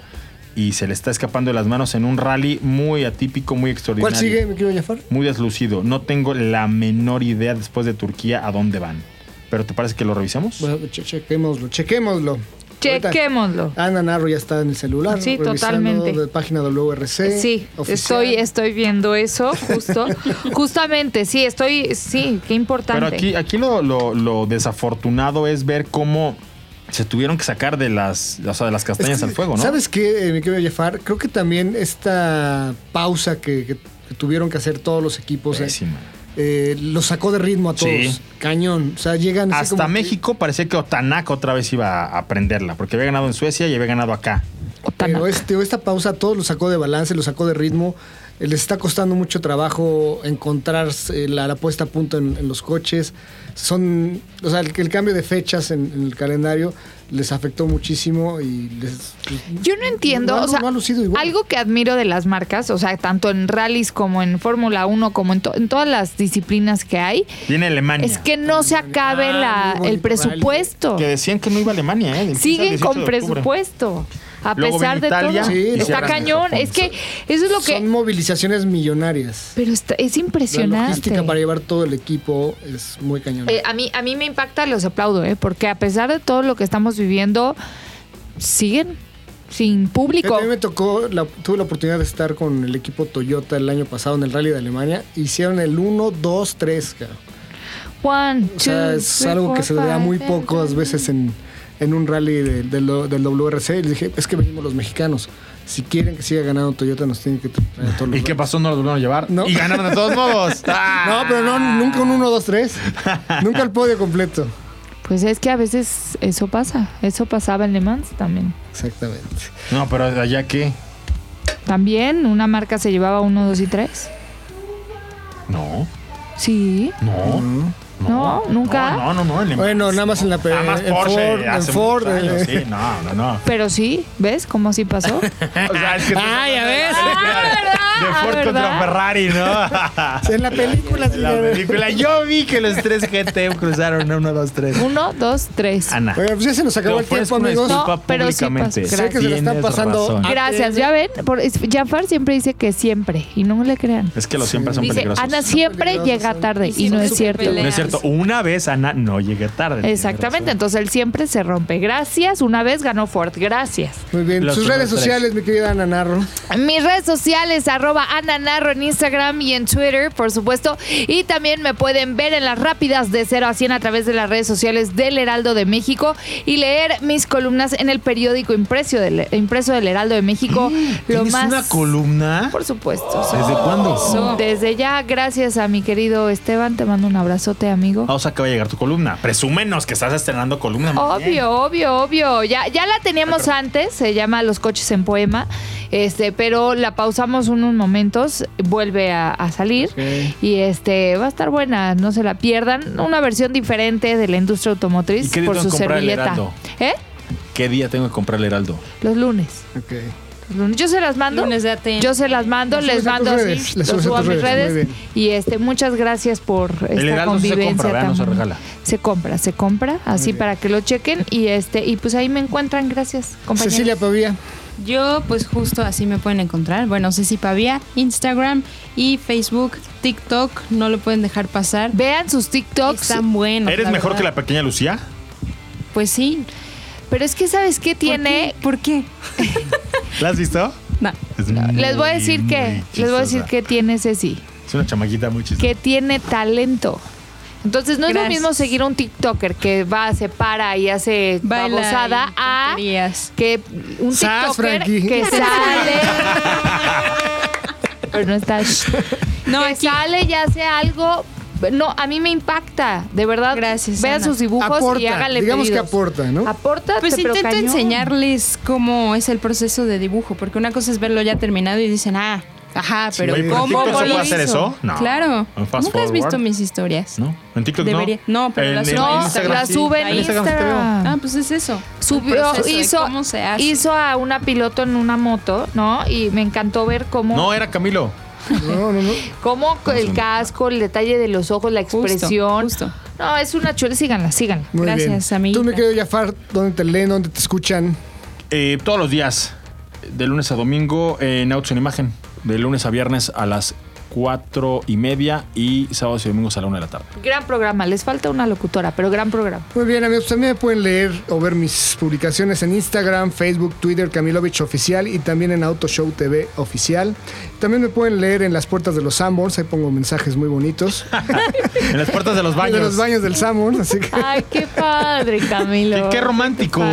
B: y se le está escapando de las manos en un rally muy atípico, muy extraordinario.
C: ¿Cuál sigue, me quiero Jafar?
B: Muy deslucido. No tengo la menor idea después de Turquía a dónde van. Pero ¿te parece que lo revisamos?
C: Bueno, che- chequémoslo, chequémoslo.
D: Chequémoslo.
C: Ahorita Ana Narro Ah, ya está en el celular.
D: Sí,
C: revisando
D: totalmente.
C: De página WRC.
D: Sí,
C: oficial.
D: estoy, estoy viendo eso, justo. Justamente, sí, estoy, sí, qué importante.
B: Pero aquí, aquí lo, lo- lo desafortunado es ver cómo se tuvieron que sacar de las, o sea, de las
C: Es que,
B: castañas al fuego, ¿no?
C: ¿Sabes qué, eh, mi querido Jafar? Creo que también esta pausa que, que- que tuvieron que hacer todos los equipos eh,
B: Pésima.
C: eh, los sacó de ritmo a todos.
B: Sí.
C: Cañón. O sea, llegan así
B: Hasta
C: como que-
B: México parecía que Otanak otra vez iba a prenderla, porque había ganado en Suecia y había ganado acá.
D: Tanaka.
C: Pero este, esta pausa a todos los sacó de balance, los sacó de ritmo. Eh, Les está costando mucho trabajo encontrar eh, la, la puesta a punto en, en los coches. Son, o sea, el, el cambio de fechas en, en el calendario les afectó muchísimo y les.
D: Yo no entiendo,
C: No ha-
D: o sea,
C: no ha lucido igual.
D: algo que admiro de las marcas, o sea, tanto en rallies como en Fórmula 1, como en, to- en todas las disciplinas que hay,
B: Viene Alemania.
D: es que no se acabe
C: Ah,
D: la-
C: muy bonito
D: el presupuesto.
B: Que decían que no iba a Alemania, ¿eh? Del 15 al
D: Siguen
B: 18
D: con
B: de octubre.
D: presupuesto, a
B: Luego viene
D: pesar de
B: Italia
D: todo.
C: Sí, y
D: está
C: cierran
D: cañón,
B: el
D: es que eso es lo que...
C: Son movilizaciones millonarias.
D: Pero está- es
C: La
D: impresionante.
C: logística para llevar todo el equipo es muy cañón.
D: Eh, a, mí, a mí me impacta, los aplaudo, ¿eh? porque a pesar de todo lo que estamos viviendo, siguen sin
C: A
D: público.
C: mí Eh, me tocó, la- tuve la oportunidad de estar con el equipo Toyota el año pasado en el Rally de Alemania. Hicieron el 1, 2, 3, cabrón.
D: One,
C: O sea,
D: two,
C: es
D: three,
C: algo que
D: four,
C: se le da
D: five,
C: muy
D: ten,
C: pocas
D: ten.
C: veces en, en un rally de- del, del WRC. Y le dije, es que venimos los mexicanos. Si quieren que siga ganando Toyota, nos tienen que traer a todos los
B: ¿Y qué
C: lados".
B: pasó? No lo volvieron a llevar.
C: No.
B: Y ganaron de todos modos. ¡Ah!
C: No, pero no, nunca un 1, 2, 3. nunca el podio completo.
D: Pues es que a veces eso pasa. Eso pasaba en Le Mans también.
C: Exactamente.
B: No, pero de allá qué.
D: También una marca se llevaba uno, dos y tres.
B: No,
D: Sí.
B: no.
D: No, nunca.
B: No, no, no. en Le Mans.
C: Bueno, nada más en la pe-
B: Nada más
C: en
B: Porsche.
C: Ford, en
B: hace
C: Ford,
B: muchos años,
C: eh.
B: Sí, no, no, no.
D: Pero sí, ¿ves cómo sí pasó?
B: O sea, es que tú-
C: Ah, ya ves.
D: Ah,
B: De
D: ¿verdad?
B: Ford contra
D: Ah, ¿verdad?
B: Ferrari, ¿no?
C: En la película,
B: La
C: señora.
B: película. Yo vi que los tres GT cruzaron. Uno, dos, tres.
D: Uno, dos, tres.
B: Ana.
C: Oiga, pues ya se nos
B: Te
C: acabó el tiempo,
B: ofrezco una
C: amigos.
B: disculpa
D: No, pero sí
B: públicamente.
C: Sé que
D: pasó.
C: se la están
B: Tienes
C: pasando
B: razón.
D: Gracias, ya ven. Por, es- Jafar siempre dice que siempre y no le crean.
B: Es que los siempre son
D: Dice,
B: peligrosos.
D: Ana siempre
C: peligrosos,
D: llega
C: son-
D: tarde
E: y
D: y no
E: son
D: es cierto.
E: superpeleas.
B: No es cierto. Una vez Ana no llegué tarde. Tienes
D: Exactamente,
B: razón.
D: entonces él siempre se rompe. Gracias, una vez ganó Ford, gracias.
C: Muy bien.
B: Los
C: Sus redes
B: tres.
C: sociales, mi querida Ana Narro.
D: Mis redes sociales, arroba Ana Narro en Instagram y en Twitter, por supuesto. Y también me pueden ver en las rápidas de 0 a 100 a través de las redes sociales del Heraldo de México y leer mis columnas en el periódico impreso del, impreso del Heraldo de México. Lo
B: Mm, ¿Tienes
D: más,
B: una columna?
D: Por supuesto. sí.
B: ¿Desde cuándo?
D: Desde ya, gracias a mi querido Esteban, te mando un abrazote, amigo.
B: Ah, o sea, que va a llegar tu columna. Presúmenos que estás estrenando columna. muy bien.
D: Obvio, obvio, obvio. Ya, ya la teníamos antes, se llama Los coches en poema, este, pero la pausamos unos momentos, vuelve a, a salir y este va a estar buena, no se la pierdan. Una versión diferente de la industria
B: ¿Y
D: automotriz
B: qué día
D: por
B: tengo
D: su
B: que comprar el
D: servilleta.
B: Heraldo?
D: ¿Eh?
B: ¿Qué día tengo que comprar el Heraldo?
D: Los lunes.
C: Ok.
D: los lunes. Yo se las mando.
E: Lunes de ATM.
D: Yo se las mando,
C: Las
D: les
C: subes a tus
D: mando así,
C: redes, las
D: lo
C: subes a
D: subo a
C: tus
D: mis
C: redes,
D: redes.
C: muy bien.
D: Y este, muchas gracias por
B: El
D: esta
B: Heraldo sí se
D: convivencia
B: compra, ¿verdad?
D: tan
B: No se
D: bonita.
B: regala.
D: Se compra, se compra, así
C: bien.
D: para que lo chequen y este y pues ahí me encuentran, gracias, compañeros.
C: Cecilia Pavía.
E: Yo, pues justo así me pueden encontrar. Bueno, Ceci Pavía, Instagram y Facebook, TikTok, no lo pueden dejar pasar.
D: Vean sus TikToks,
E: Están buenos.
B: ¿Eres mejor que la
E: verdad.
B: pequeña Lucía?
E: Pues sí.
D: pero es que sabes qué tiene
E: ¿Por qué?
B: ¿La has visto?
E: No.
B: Es muy,
D: les voy a decir
B: muy
D: que les voy a decir
B: chistosa.
D: que tiene Ceci,
B: Es una chamaquita muy chistosa.
D: que tiene talento. Entonces no es
E: Gracias.
D: lo mismo seguir a un TikToker que va, se para y hace
E: Baila
D: babosada
E: y
D: a
E: tonterías.
D: que un
C: Sas,
D: TikToker
C: Frankie.
D: que sale. pero no está. No,
E: No,
D: que
E: aquí.
D: sale y hace algo. No, a mí me impacta, de verdad.
E: Gracias,
D: Vean
E: Ana.
D: sus dibujos y
C: Aporta.
D: háganle
C: Digamos que
D: pedidos.
C: aporta, ¿no?
D: Aporta,
E: Pues
D: pero
E: intento
D: cañón.
E: enseñarles cómo es el proceso de dibujo, porque una cosa es verlo ya terminado y dicen, ah, ajá, pero
B: Oye, pero en
E: ¿cómo
B: TikTok se
E: lo
B: puede hacer
E: hizo?
B: eso? No.
E: Claro.
B: Un fast
E: ¿Nunca has
B: forward.
E: visto mis historias?
B: ¿No? ¿En TikTok
E: Debería-
B: no?
E: no, pero la subo a
D: No,
E: Instagram
D: la
E: sí.
D: sube en
E: Ahí está,
D: Instagram.
E: Ah, pues es eso. el
D: Subió,
E: proceso de
D: hizo,
E: ¿Cómo se hace?
D: hizo a una piloto en una moto, ¿no? Y me encantó ver cómo,
B: No, eh, era Camilo.
C: No, no, no.
D: cómo el casco, el detalle de los ojos, la
E: Justo,
D: expresión.
E: justo.
D: No, es una chula, síganla, síganla.
C: Muy
E: Gracias,
C: bien.
E: amiguita.
C: Tú, mi querido Jafar, ¿dónde te leen? ¿Dónde te escuchan?
B: Eh, todos los días, de lunes a domingo, eh, en Autos en Imagen. De lunes a viernes a las cuatro y media y sábados y domingos a la una de la tarde.
D: Gran programa, les falta una locutora, pero gran programa.
C: Muy bien, amigos. También me pueden leer o ver mis publicaciones en Instagram, Facebook, Twitter, Camilovich Oficial y también en Auto Show TV Oficial. También me pueden leer en las puertas de los Sanborns. Ahí pongo mensajes muy bonitos.
B: En las puertas de los baños.
C: De los baños del Sanborns. Así que
D: Ay, qué padre, Camilo.
B: Qué, qué romántico.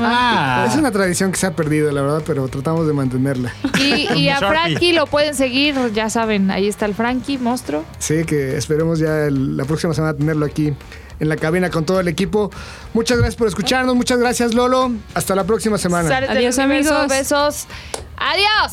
B: Ah.
C: es una tradición que se ha perdido, la verdad, pero tratamos de mantenerla.
D: Y, y a
B: Sharpie.
D: Frankie lo pueden seguir, ya saben, ahí está el Frankie, monstruo.
C: Sí, que esperemos ya el- la próxima semana tenerlo aquí en la cabina con todo el equipo. Muchas gracias por escucharnos. Muchas gracias, Lolo. Hasta la próxima semana.
D: Sales del
E: Adiós,
D: universo,
E: amigos.
D: Besos. Adiós.